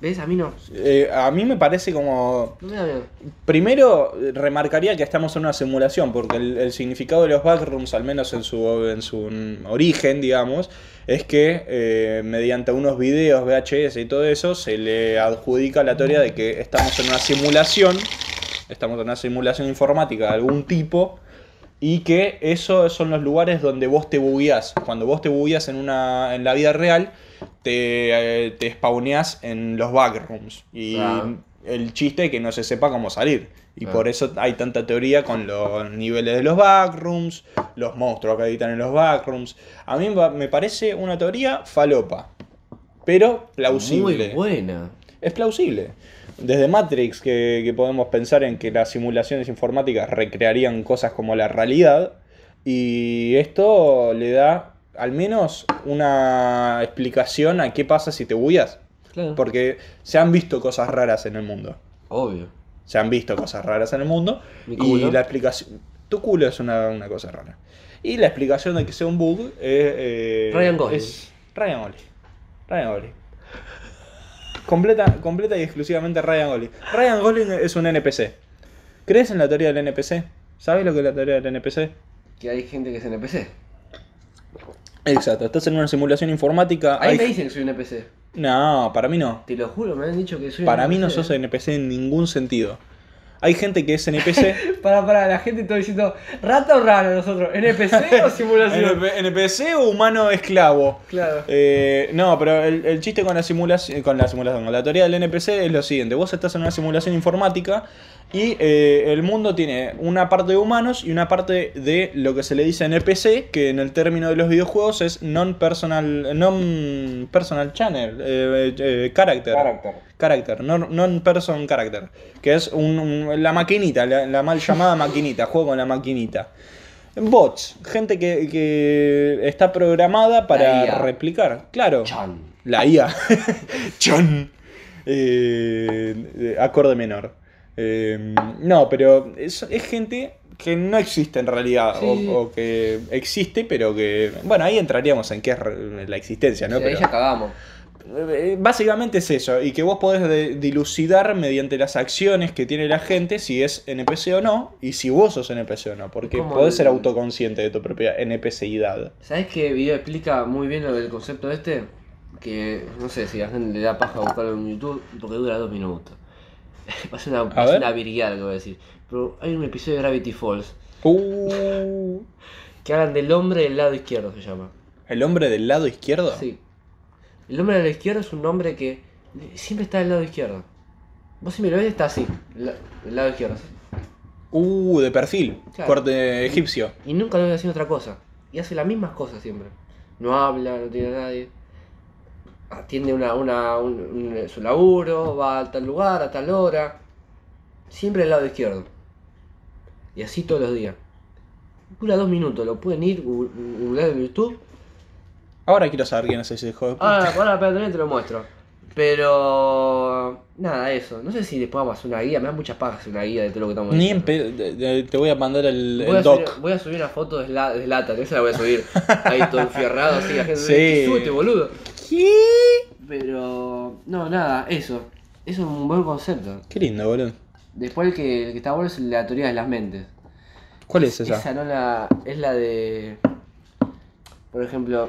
B: ¿Ves? A mí no.
A: Eh, a mí me parece como
B: No me da miedo.
A: Primero, eh, remarcaría que estamos en una simulación, porque el, el significado de los backrooms, al menos en su, en su mm, origen, digamos, es que eh, mediante unos videos VHS y todo eso, se le adjudica la teoría de que estamos en una simulación, estamos en una simulación informática de algún tipo, y que esos son los lugares donde vos te bugueás. Cuando vos te bugueás en, una, en la vida real, te, eh, te spawneás en los backrooms. Y
B: Claro.
A: el chiste es que no se sepa cómo salir. Y
B: Claro.
A: por eso hay tanta teoría con los niveles de los backrooms, los monstruos que habitan en los backrooms. A mí va- me parece una teoría falopa, pero plausible.
B: Muy buena.
A: Es plausible. Desde Matrix, que, que podemos pensar en que las simulaciones informáticas recrearían cosas como la realidad, y esto le da al menos una explicación a qué pasa si te bugueas.
B: Claro.
A: Porque se han visto cosas raras en el mundo.
B: Obvio.
A: Se han visto cosas raras en el mundo.
B: Mi
A: Y
B: culo.
A: la explicación. Tu culo es una, una cosa rara. Y la explicación de que sea un bug es. eh,
B: Ryan Gosling.
A: es Ryan Gosling. Ryan Gosling. Completa, completa y exclusivamente Ryan Gosling. Ryan Gosling es un NPC. ¿Crees en la teoría del NPC? ¿Sabes lo que es la teoría del NPC?
B: Que hay gente que es NPC.
A: Exacto, estás en una simulación informática.
B: Ahí
A: hay-
B: me dicen que soy NPC.
A: No, para mí no.
B: Te lo juro, me han dicho que soy
A: Para mí
B: NPC.
A: no sos NPC en ningún sentido. Hay gente que es NPC.
B: Para, para, la gente está diciendo, rata o raro nosotros, NPC o simulación.
A: NP- NPC o humano esclavo.
B: claro.
A: Eh, no, pero el, el chiste con la simulación, con la simulación, con la teoría del NPC es lo siguiente: vos estás en una simulación informática y eh, el mundo tiene una parte de humanos y una parte de lo que se le dice NPC, que en el término de los videojuegos es non-personal, non-personal channel, eh, eh, character. Character, non- non-person character, que es un- un- la maquinita, la, la mal llamada maquinita, juego con la maquinita. Bots, gente que, que está programada para
B: La IA.
A: replicar, claro.
B: Chan.
A: La IA. Chon. Eh, eh, acorde menor. Eh, no, pero es, es gente que no existe en realidad,
B: Sí,
A: o,
B: sí.
A: o que existe, pero que... Bueno, ahí entraríamos en qué es re- la existencia, ¿no?
B: O sea, ahí
A: Pero-
B: ya cagamos.
A: eh, Básicamente es eso, y que vos podés de- dilucidar mediante las acciones que tiene la gente si es NPC o no, y si vos sos NPC o no, porque
B: Como
A: podés
B: el-
A: ser autoconsciente de tu propia NPCidad.
B: ¿Sabes qué video explica muy bien lo del concepto este? Que no sé si a la gente le da paja buscarlo en YouTube porque dura dos minutos. Va a ser una, va a ser
A: ver.
B: una virgueada lo que voy a decir. Pero hay un episodio de Gravity Falls
A: Uh,
B: que hablan del hombre del lado izquierdo, se llama.
A: ¿El hombre del lado izquierdo?
B: Sí. El hombre del lado izquierdo es un hombre que siempre está del lado izquierdo. Vos si me lo ves está así, la- del lado izquierdo. así.
A: Uh, de perfil,
B: Claro.
A: corte egipcio.
B: Y nunca lo ves haciendo otra cosa. Y hace las mismas cosas siempre. No habla, no tiene a nadie. Atiende una, una, un- un- su laburo, va a tal lugar, a tal hora. Siempre al lado izquierdo. Y así todos los días. Dura dos minutos, lo pueden ir, gu- gu- googlear en YouTube.
A: Ahora quiero saber quién es ese hijo de puta.
B: Ahora, ahora para tener te lo muestro. Pero... Nada, eso. No sé si después vamos a hacer una guía. Me da mucha paja hacer una guía de todo lo que estamos
A: Ni en
B: diciendo.
A: pe- de- de- te voy a mandar el,
B: Voy
A: el
B: a,
A: doc.
B: subir, voy a subir una foto de, Sla- de Zlatan, esa la voy a subir. Ahí todo enfierrado, así, la gente
A: Sí.
B: dice, "Subite, boludo.
A: ¿Qué?
B: Pero, no, nada, eso. Eso es un buen concepto.
A: Qué lindo, boludo.
B: Después el que, el que está bueno es la teoría de las mentes.
A: ¿Cuál es esa?
B: Esa no la... es la de... Por ejemplo...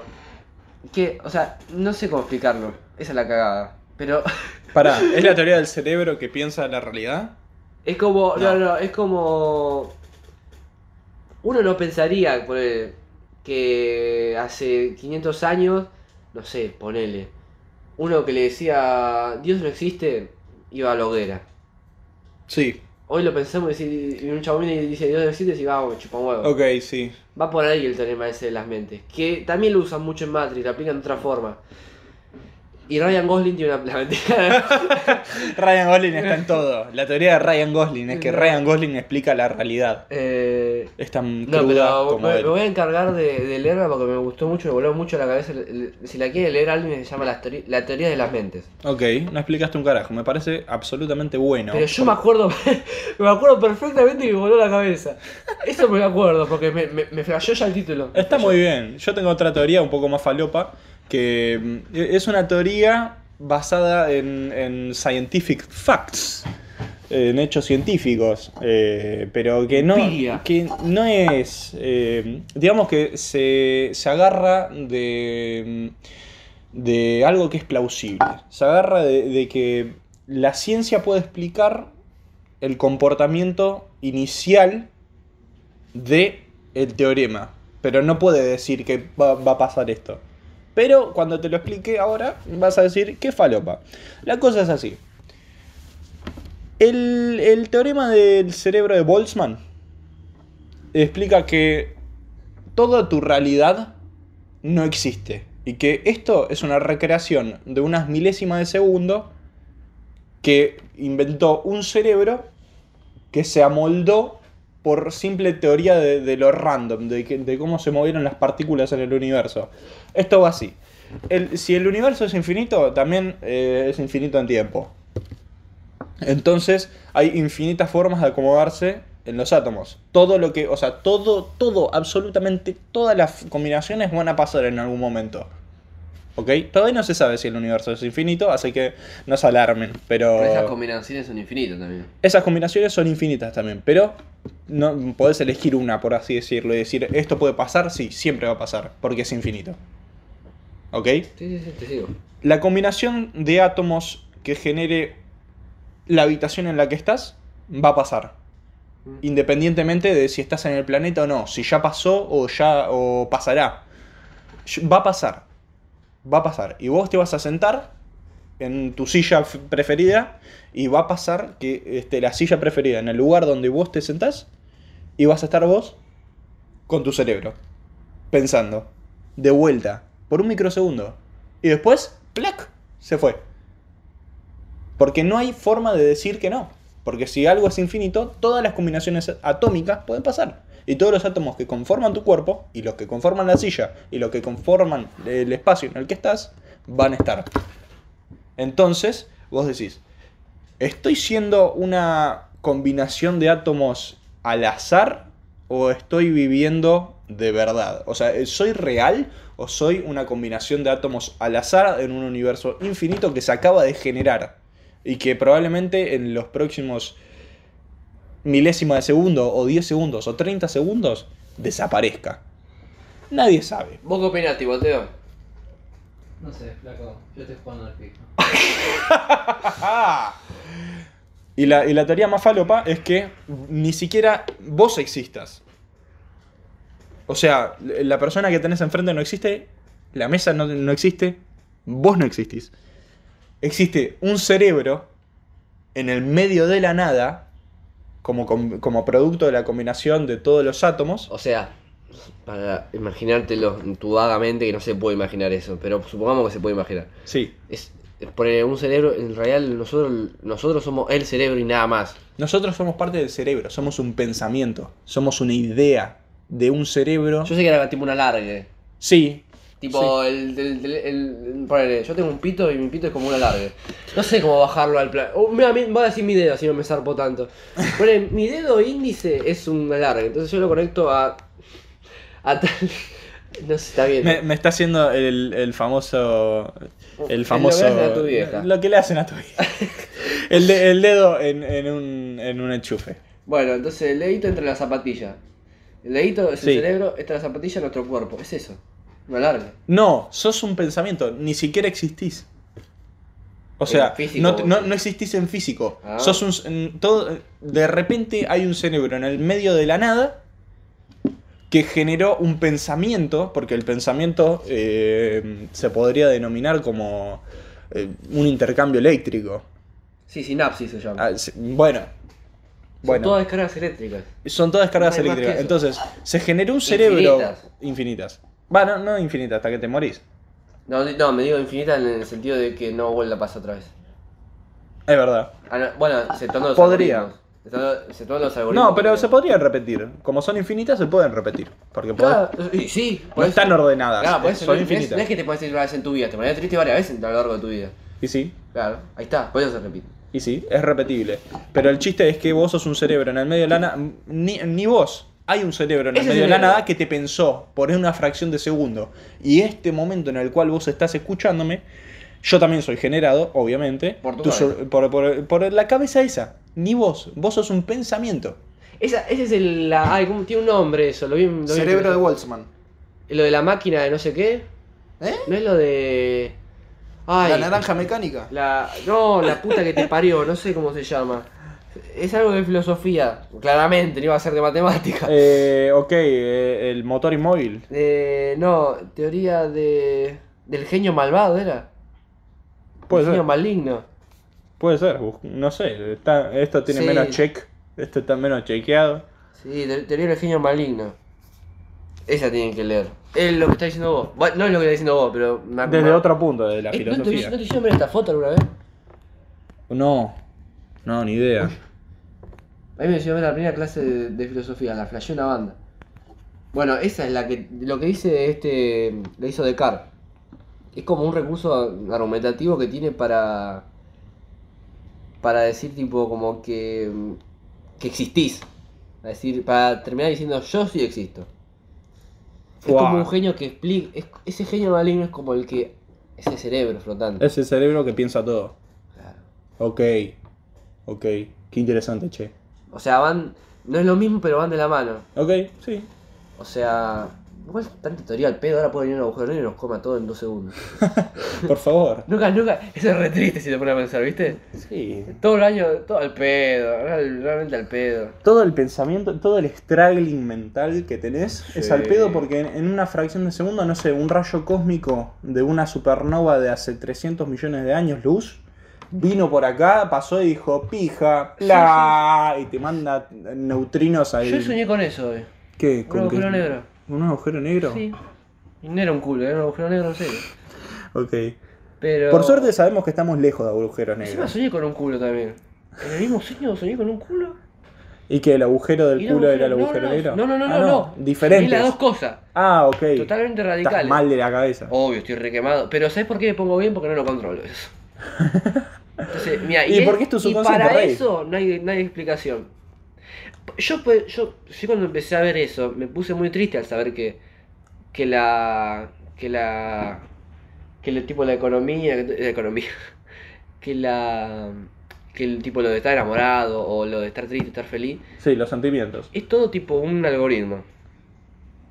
B: Que, o sea, no sé cómo explicarlo. Esa es la cagada. Pero...
A: Pará, ¿es la teoría del cerebro que piensa la realidad?
B: Es como. No,
A: No.
B: no, es como. Uno no pensaría, ponele, que hace 500 años, no sé, ponele. Uno que le decía Dios no existe, iba a la hoguera.
A: Sí.
B: Hoy lo pensamos y decir- y un chabón viene y dice Dios no existe y vamos, chupón huevo.
A: Ok, sí.
B: Va por ahí el tema ese de las mentes. Que también lo usan mucho en Matrix, lo aplican de otra forma. Y Ryan Gosling tiene una. la mentira.
A: Ryan Gosling está en todo. La teoría de Ryan Gosling es que Ryan Gosling explica la realidad.
B: eh,
A: Es tan
B: No,
A: cruda
B: pero
A: como
B: me,
A: él.
B: me voy a encargar de, de leerla porque me gustó mucho, me voló mucho la cabeza. Le- le- Si la quiere leer alguien, se llama La, teori- la teoría de las mentes.
A: Ok, no explicaste un carajo. Me parece absolutamente bueno.
B: pero yo me acuerdo, me acuerdo perfectamente que me voló la cabeza. Eso me lo acuerdo porque me, me, me flasheó ya el título.
A: Está muy bien. Yo tengo otra teoría un poco más falopa. Que mm, es e-, una teoría basada en, en scientific facts, en hechos científicos, eh, pero que no,
B: Piria.
A: que no es, eh, digamos que se, se agarra de, de algo que es plausible, se agarra de, de que la ciencia puede explicar el comportamiento inicial de el teorema, pero no puede decir que va, va a pasar esto. Pero cuando te lo explique ahora, vas a decir qué falopa. La cosa es así. El, el teorema del cerebro de Boltzmann explica que toda tu realidad no existe. Y que esto es una recreación de unas milésimas de segundo que inventó un cerebro que se amoldó por simple teoría de, de lo random, de, que- de cómo se movieron las partículas en el universo. Esto va así. El- si el universo es infinito, también eh, es infinito en tiempo. Entonces hay infinitas formas de acomodarse en los átomos. Todo lo que, o sea, todo, todo, absolutamente todas las combinaciones van a pasar en algún momento. ¿Ok? Todavía no se sabe si el universo es infinito, así que no se alarmen. Pero...
B: Pero esas combinaciones son infinitas también.
A: Esas combinaciones son infinitas también, pero no podés elegir una, por así decirlo, y decir, esto puede pasar, sí, siempre va a pasar, porque es infinito. ¿Ok?
B: Sí, sí, sí, te sigo.
A: La combinación de átomos que genere la habitación en la que estás va a pasar. Independientemente de si estás en el planeta o no, si ya pasó o ya o pasará. Va a pasar. Va a pasar. Y vos te vas a sentar en tu silla f- preferida y va a pasar que este, la silla preferida en el lugar donde vos te sentás y vas a estar vos con tu cerebro pensando de vuelta por un microsegundo y después plac se fue porque no hay forma de decir que no porque si algo es infinito todas las combinaciones atómicas pueden pasar y todos los átomos que conforman tu cuerpo y los que conforman la silla y los que conforman el espacio en el que estás van a estar entonces, vos decís, ¿estoy siendo una combinación de átomos al azar o estoy viviendo de verdad? O sea, eh, ¿soy real o soy una combinación de átomos al azar en un universo infinito que se acaba de generar y que probablemente en los próximos milésimas de segundo o 10 segundos o 30 segundos desaparezca? Nadie sabe.
B: ¿Vos qué opinás, Timoteo?
C: No sé, flaco, yo estoy jugando al FIFA.
A: Ah. Y la, y la teoría más falopa es que ni siquiera vos existas. O sea, la persona que tenés enfrente no existe, la mesa no, no existe, vos no existís. Existe un cerebro en el medio de la nada, como, com- como producto de la combinación de todos los átomos.
B: O sea, para imaginártelo tú vagamente, que no se puede imaginar eso, pero supongamos que se puede imaginar.
A: Sí.
B: Es es poner un cerebro, en realidad nosotros, nosotros somos el cerebro y nada más.
A: Nosotros somos parte del cerebro, somos un pensamiento, somos una idea de un cerebro.
B: Yo sé que era tipo una larga.
A: Sí,
B: Tipo, el, el, el, el- ponele, yo tengo un pito y mi pito es como una larga. No sé cómo bajarlo al plan. Oh, mira, mi- voy a decir mi dedo, así no me zarpo tanto. Ponele, mi dedo índice es una larga, entonces yo lo conecto a. a tal. No sé, está bien.
A: Me, me está haciendo el, el famoso. El
B: Lo
A: famoso.
B: que le hacen a tu vieja.
A: Lo que le hacen a tu vieja. El, de- el dedo en, en un, en un enchufe.
B: Bueno, entonces el dedito entre la zapatilla. El dedito es el
A: Sí.
B: cerebro, esta es la zapatilla, nuestro cuerpo. Es eso. Una larga.
A: No, sos un pensamiento, ni siquiera existís. O sea,
B: En físico,
A: no, te- no,
B: vos.
A: no existís en físico.
B: Ah.
A: Sos un. en todo, de repente hay un cerebro en el medio de la nada que generó un pensamiento, porque el pensamiento eh, se podría denominar como eh, un intercambio eléctrico.
B: Sí, sinapsis se llama.
A: Ah, sí, bueno.
B: Son
A: Bueno,
B: todas descargas eléctricas.
A: son todas cargas
B: No hay más que
A: eléctricas.
B: eso.
A: Entonces, se generó un cerebro.
B: Infinitas.
A: Infinitas. Va, no, no infinitas, hasta que te morís.
B: No, di- no, me digo infinita en el sentido de que no vuelva a pasar otra vez.
A: Es verdad.
B: Ah, no, bueno, exceptuando los
A: Podría.
B: algoritmos. Exceptuando- exceptuando los algoritmos.
A: No, pero se
B: puede.
A: podrían repetir. Como son infinitas, se pueden repetir. Porque podés-
B: y sí,
A: no están ordenadas.
B: Claro, por eso
A: son
B: no, no es,
A: infinitas.
B: no es que te pones triste una vez en tu vida, te pones triste varias veces a lo largo de tu vida.
A: Y sí,
B: Claro, ahí está, por eso se repite.
A: y sí, es repetible. Pero el chiste es que vos sos un cerebro en el medio de la nada. Ni, ni vos. Hay un cerebro en el
B: Ese
A: medio de la
B: cerebro.
A: nada que te pensó por una fracción de segundo. Y este momento en el cual vos estás escuchándome Yo también soy generado, obviamente.
B: Por tu
A: Tú
B: cabeza.
A: so- por, por- por la cabeza esa. Ni vos. Vos sos un pensamiento.
B: Esa, ese es el. La, ay, ¿cómo tiene un nombre eso? Lo vi, en- lo vi en-
D: Cerebro de Boltzmann.
B: Lo de la máquina de no sé qué.
D: ¿Eh?
B: No es lo de. Ay.
D: La naranja mecánica.
B: la- no, la puta que te parió, no sé cómo se llama. Es algo de filosofía, claramente, no iba a ser de matemática.
A: Eh, ok, eh, el motor inmóvil.
B: Eh, no, teoría de. del genio malvado era.
A: Puede
B: El genio
A: ser.
B: maligno.
A: Puede ser. bus- No sé. está- esto tiene
B: Sí.
A: menos check. Esto está menos chequeado.
B: Sí, te- teoría del genio maligno. Esa tienen que leer. Es lo que está diciendo vos. Bueno, no es lo que está diciendo vos, pero. una-
A: Desde
B: una-
A: otro punto de la
B: Eh, ¿No te,
A: filosofía.
B: ¿No te hicieron ver esta foto alguna vez?
A: No. No, ni idea.
B: A mí me llevó a ver la primera clase de, de filosofía, la flasheó una banda. Bueno, esa es la que. lo que dice este. lo hizo Descartes. Es como un recurso argumentativo que tiene para. para decir tipo como que. que existís. A decir, para terminar diciendo yo sí existo. Es
A: Fuá.
B: como un genio que explica. es- ese genio maligno es como el que. ese cerebro flotante.
A: Es el cerebro que piensa todo.
B: Claro.
A: Ok. Ok. Qué interesante, che.
B: O sea, van. no es lo mismo, pero van de la mano.
A: Ok, sí.
B: O sea, igual tanta teoría al pedo, ahora puede venir un agujero negro y nos coma todo en dos segundos.
A: Por favor.
B: Nunca, nunca, eso es re triste si te pones a pensar, ¿viste?
A: Sí.
B: Todo el año, todo al pedo, real- realmente al pedo.
A: Todo el pensamiento, todo el struggling mental que tenés es
B: Sí.
A: al pedo porque en, en una fracción de segundo, no sé, un rayo cósmico de una supernova de hace 300 millones de años luz vino por acá, pasó y dijo pija, pla, y te manda neutrinos ahí.
B: Yo soñé con eso hoy,
A: ¿Qué?
B: un agujero negro.
A: ¿Un agujero negro?
B: Sí. Y no era un culo, era un agujero negro en serio.
A: Ok.
B: Pero.
A: Por suerte sabemos que estamos lejos de agujeros
B: Encima
A: negros.
B: soñé con un culo también. En el mismo sueño soñé con un culo.
A: ¿Y que el agujero del
B: y
A: culo era el
B: no,
A: agujero
B: no,
A: negro?
B: No, no, no,
A: Ah,
B: no, no. Soñé
A: Diferentes.
B: las dos cosas.
A: Ah, ok.
B: Totalmente
A: Estás
B: radicales. Oh.
A: mal de la cabeza.
B: Obvio, estoy requemado. Pero ¿sabes por qué me pongo bien? Porque no lo controlo eso. Entonces, mira,
A: Y
B: es-
A: porque es tu subconsciente,
B: para
A: rey.
B: eso no hay, no hay explicación. Yo, pe- yo, yo cuando empecé a ver eso, me puse muy triste al saber que, que la. que la. que el tipo la economía. que- la economía. que la. que el tipo lo de estar enamorado o lo de estar triste, estar feliz,
A: Sí, los sentimientos.
B: es todo tipo un algoritmo.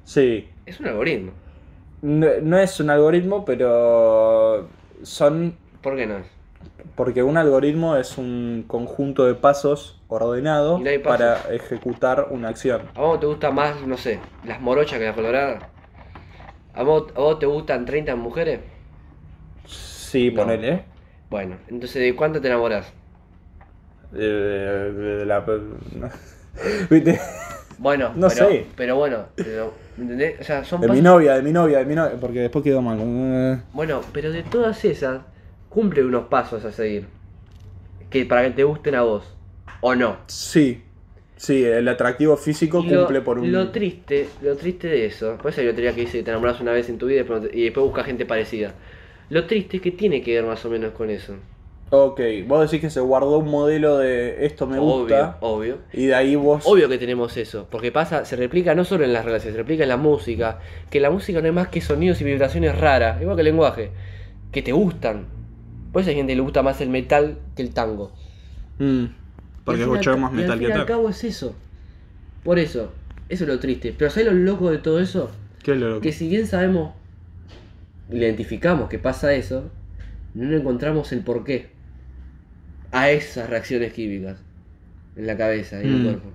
A: Sí.
B: Es un algoritmo.
A: No, no es un algoritmo, pero son...
B: ¿Por qué no?
A: Porque un algoritmo es un conjunto de pasos ordenado
B: Y no hay pasos.
A: para ejecutar una acción.
B: ¿A vos te gusta más, no sé, las morochas que las coloradas? ¿A vos, a vos te gustan 30 mujeres?
A: Sí,
B: No.
A: ponele.
B: Bueno, entonces ¿de cuánto te enamorás?
A: Eh, de- de la... ¿Viste?
B: Bueno,
A: No
B: pero,
A: sé.
B: pero bueno, pero, ¿entendés? O sea, son
A: De mi
B: pasos-
A: novia, de mi novia, de mi novia. Porque después quedó mal. Eh,
B: Bueno, pero de todas esas, cumple unos pasos a seguir. Que para que te gusten a vos. O no.
A: Sí. Sí, el atractivo físico
B: Y lo-
A: cumple por un...
B: Lo triste, lo triste de eso, por eso hay una teoría que dice que te enamorás una vez en tu vida y después no te- y después buscas gente parecida. Lo triste es que tiene que ver más o menos con eso.
A: Ok, vos decís que se guardó un modelo de esto me gusta.
B: Obvio, obvio.
A: Y de ahí vos...
B: Obvio que tenemos eso, porque pasa, se replica no solo en las relaciones, se replica en la música, que la música no es más que sonidos y vibraciones raras, igual que el lenguaje, que te gustan. Por eso hay gente que le gusta más el metal que el tango.
A: Mm, porque
B: Y al fin
A: escuchaba
B: al-
A: más
B: y al
A: metal
B: fin
A: que
B: al
A: tal.
B: cabo es eso. Por eso, eso es lo triste. Pero ¿sabes lo loco de todo eso?
A: ¿Qué es lo loco?
B: Que si bien sabemos, identificamos que pasa eso, no le encontramos el porqué a esas reacciones químicas en la cabeza y en el
A: Mm.
B: cuerpo.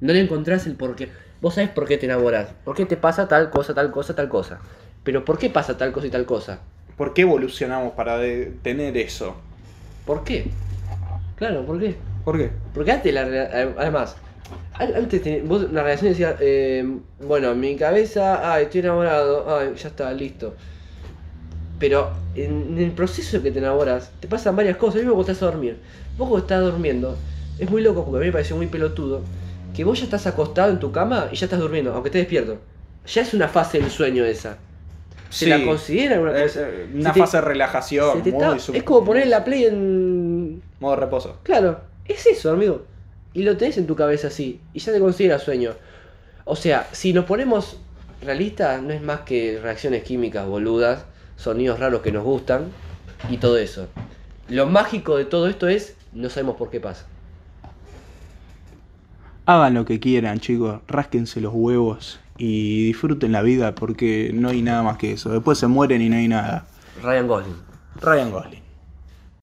B: No le encontrás el porqué. Vos sabés por qué te enamorás, por qué te pasa tal cosa, tal cosa, tal cosa. Pero ¿por qué pasa tal cosa y tal cosa?
A: ¿Por qué evolucionamos para de- tener eso?
B: ¿Por qué? Claro, ¿por qué?
A: ¿Por qué?
B: Porque antes, la, rea- eh, además, an- antes ten- vos en la relación decías, eh, bueno, en mi cabeza, ay, estoy enamorado, ay, ya está, listo. Pero en, en el proceso que te enamoras, te pasan varias cosas. Mismo cuando estás a dormir. Vos cuando estás durmiendo, es muy loco porque a mí me pareció muy pelotudo, que vos ya estás acostado en tu cama y ya estás durmiendo, aunque estés despierto. Ya es una fase del sueño esa. ¿Se la considera una
A: es,
B: cosa?
A: eh, una
B: Se te-
A: fase de
B: se
A: relajación.
B: te está-
A: muy sub-
B: Es como poner la play en,
A: Modo reposo.
B: Claro, es eso, amigo. Y lo tenés en tu cabeza así, y ya te considera sueño. O sea, si nos ponemos realistas, no es más que reacciones químicas boludas, sonidos raros que nos gustan, y todo eso. Lo mágico de todo esto es, no sabemos por qué pasa.
A: Hagan lo que quieran, chicos. Rásquense los huevos y disfruten la vida porque no hay nada más que eso. Después se mueren y no hay nada.
B: Ryan Gosling.
A: Ryan Gosling.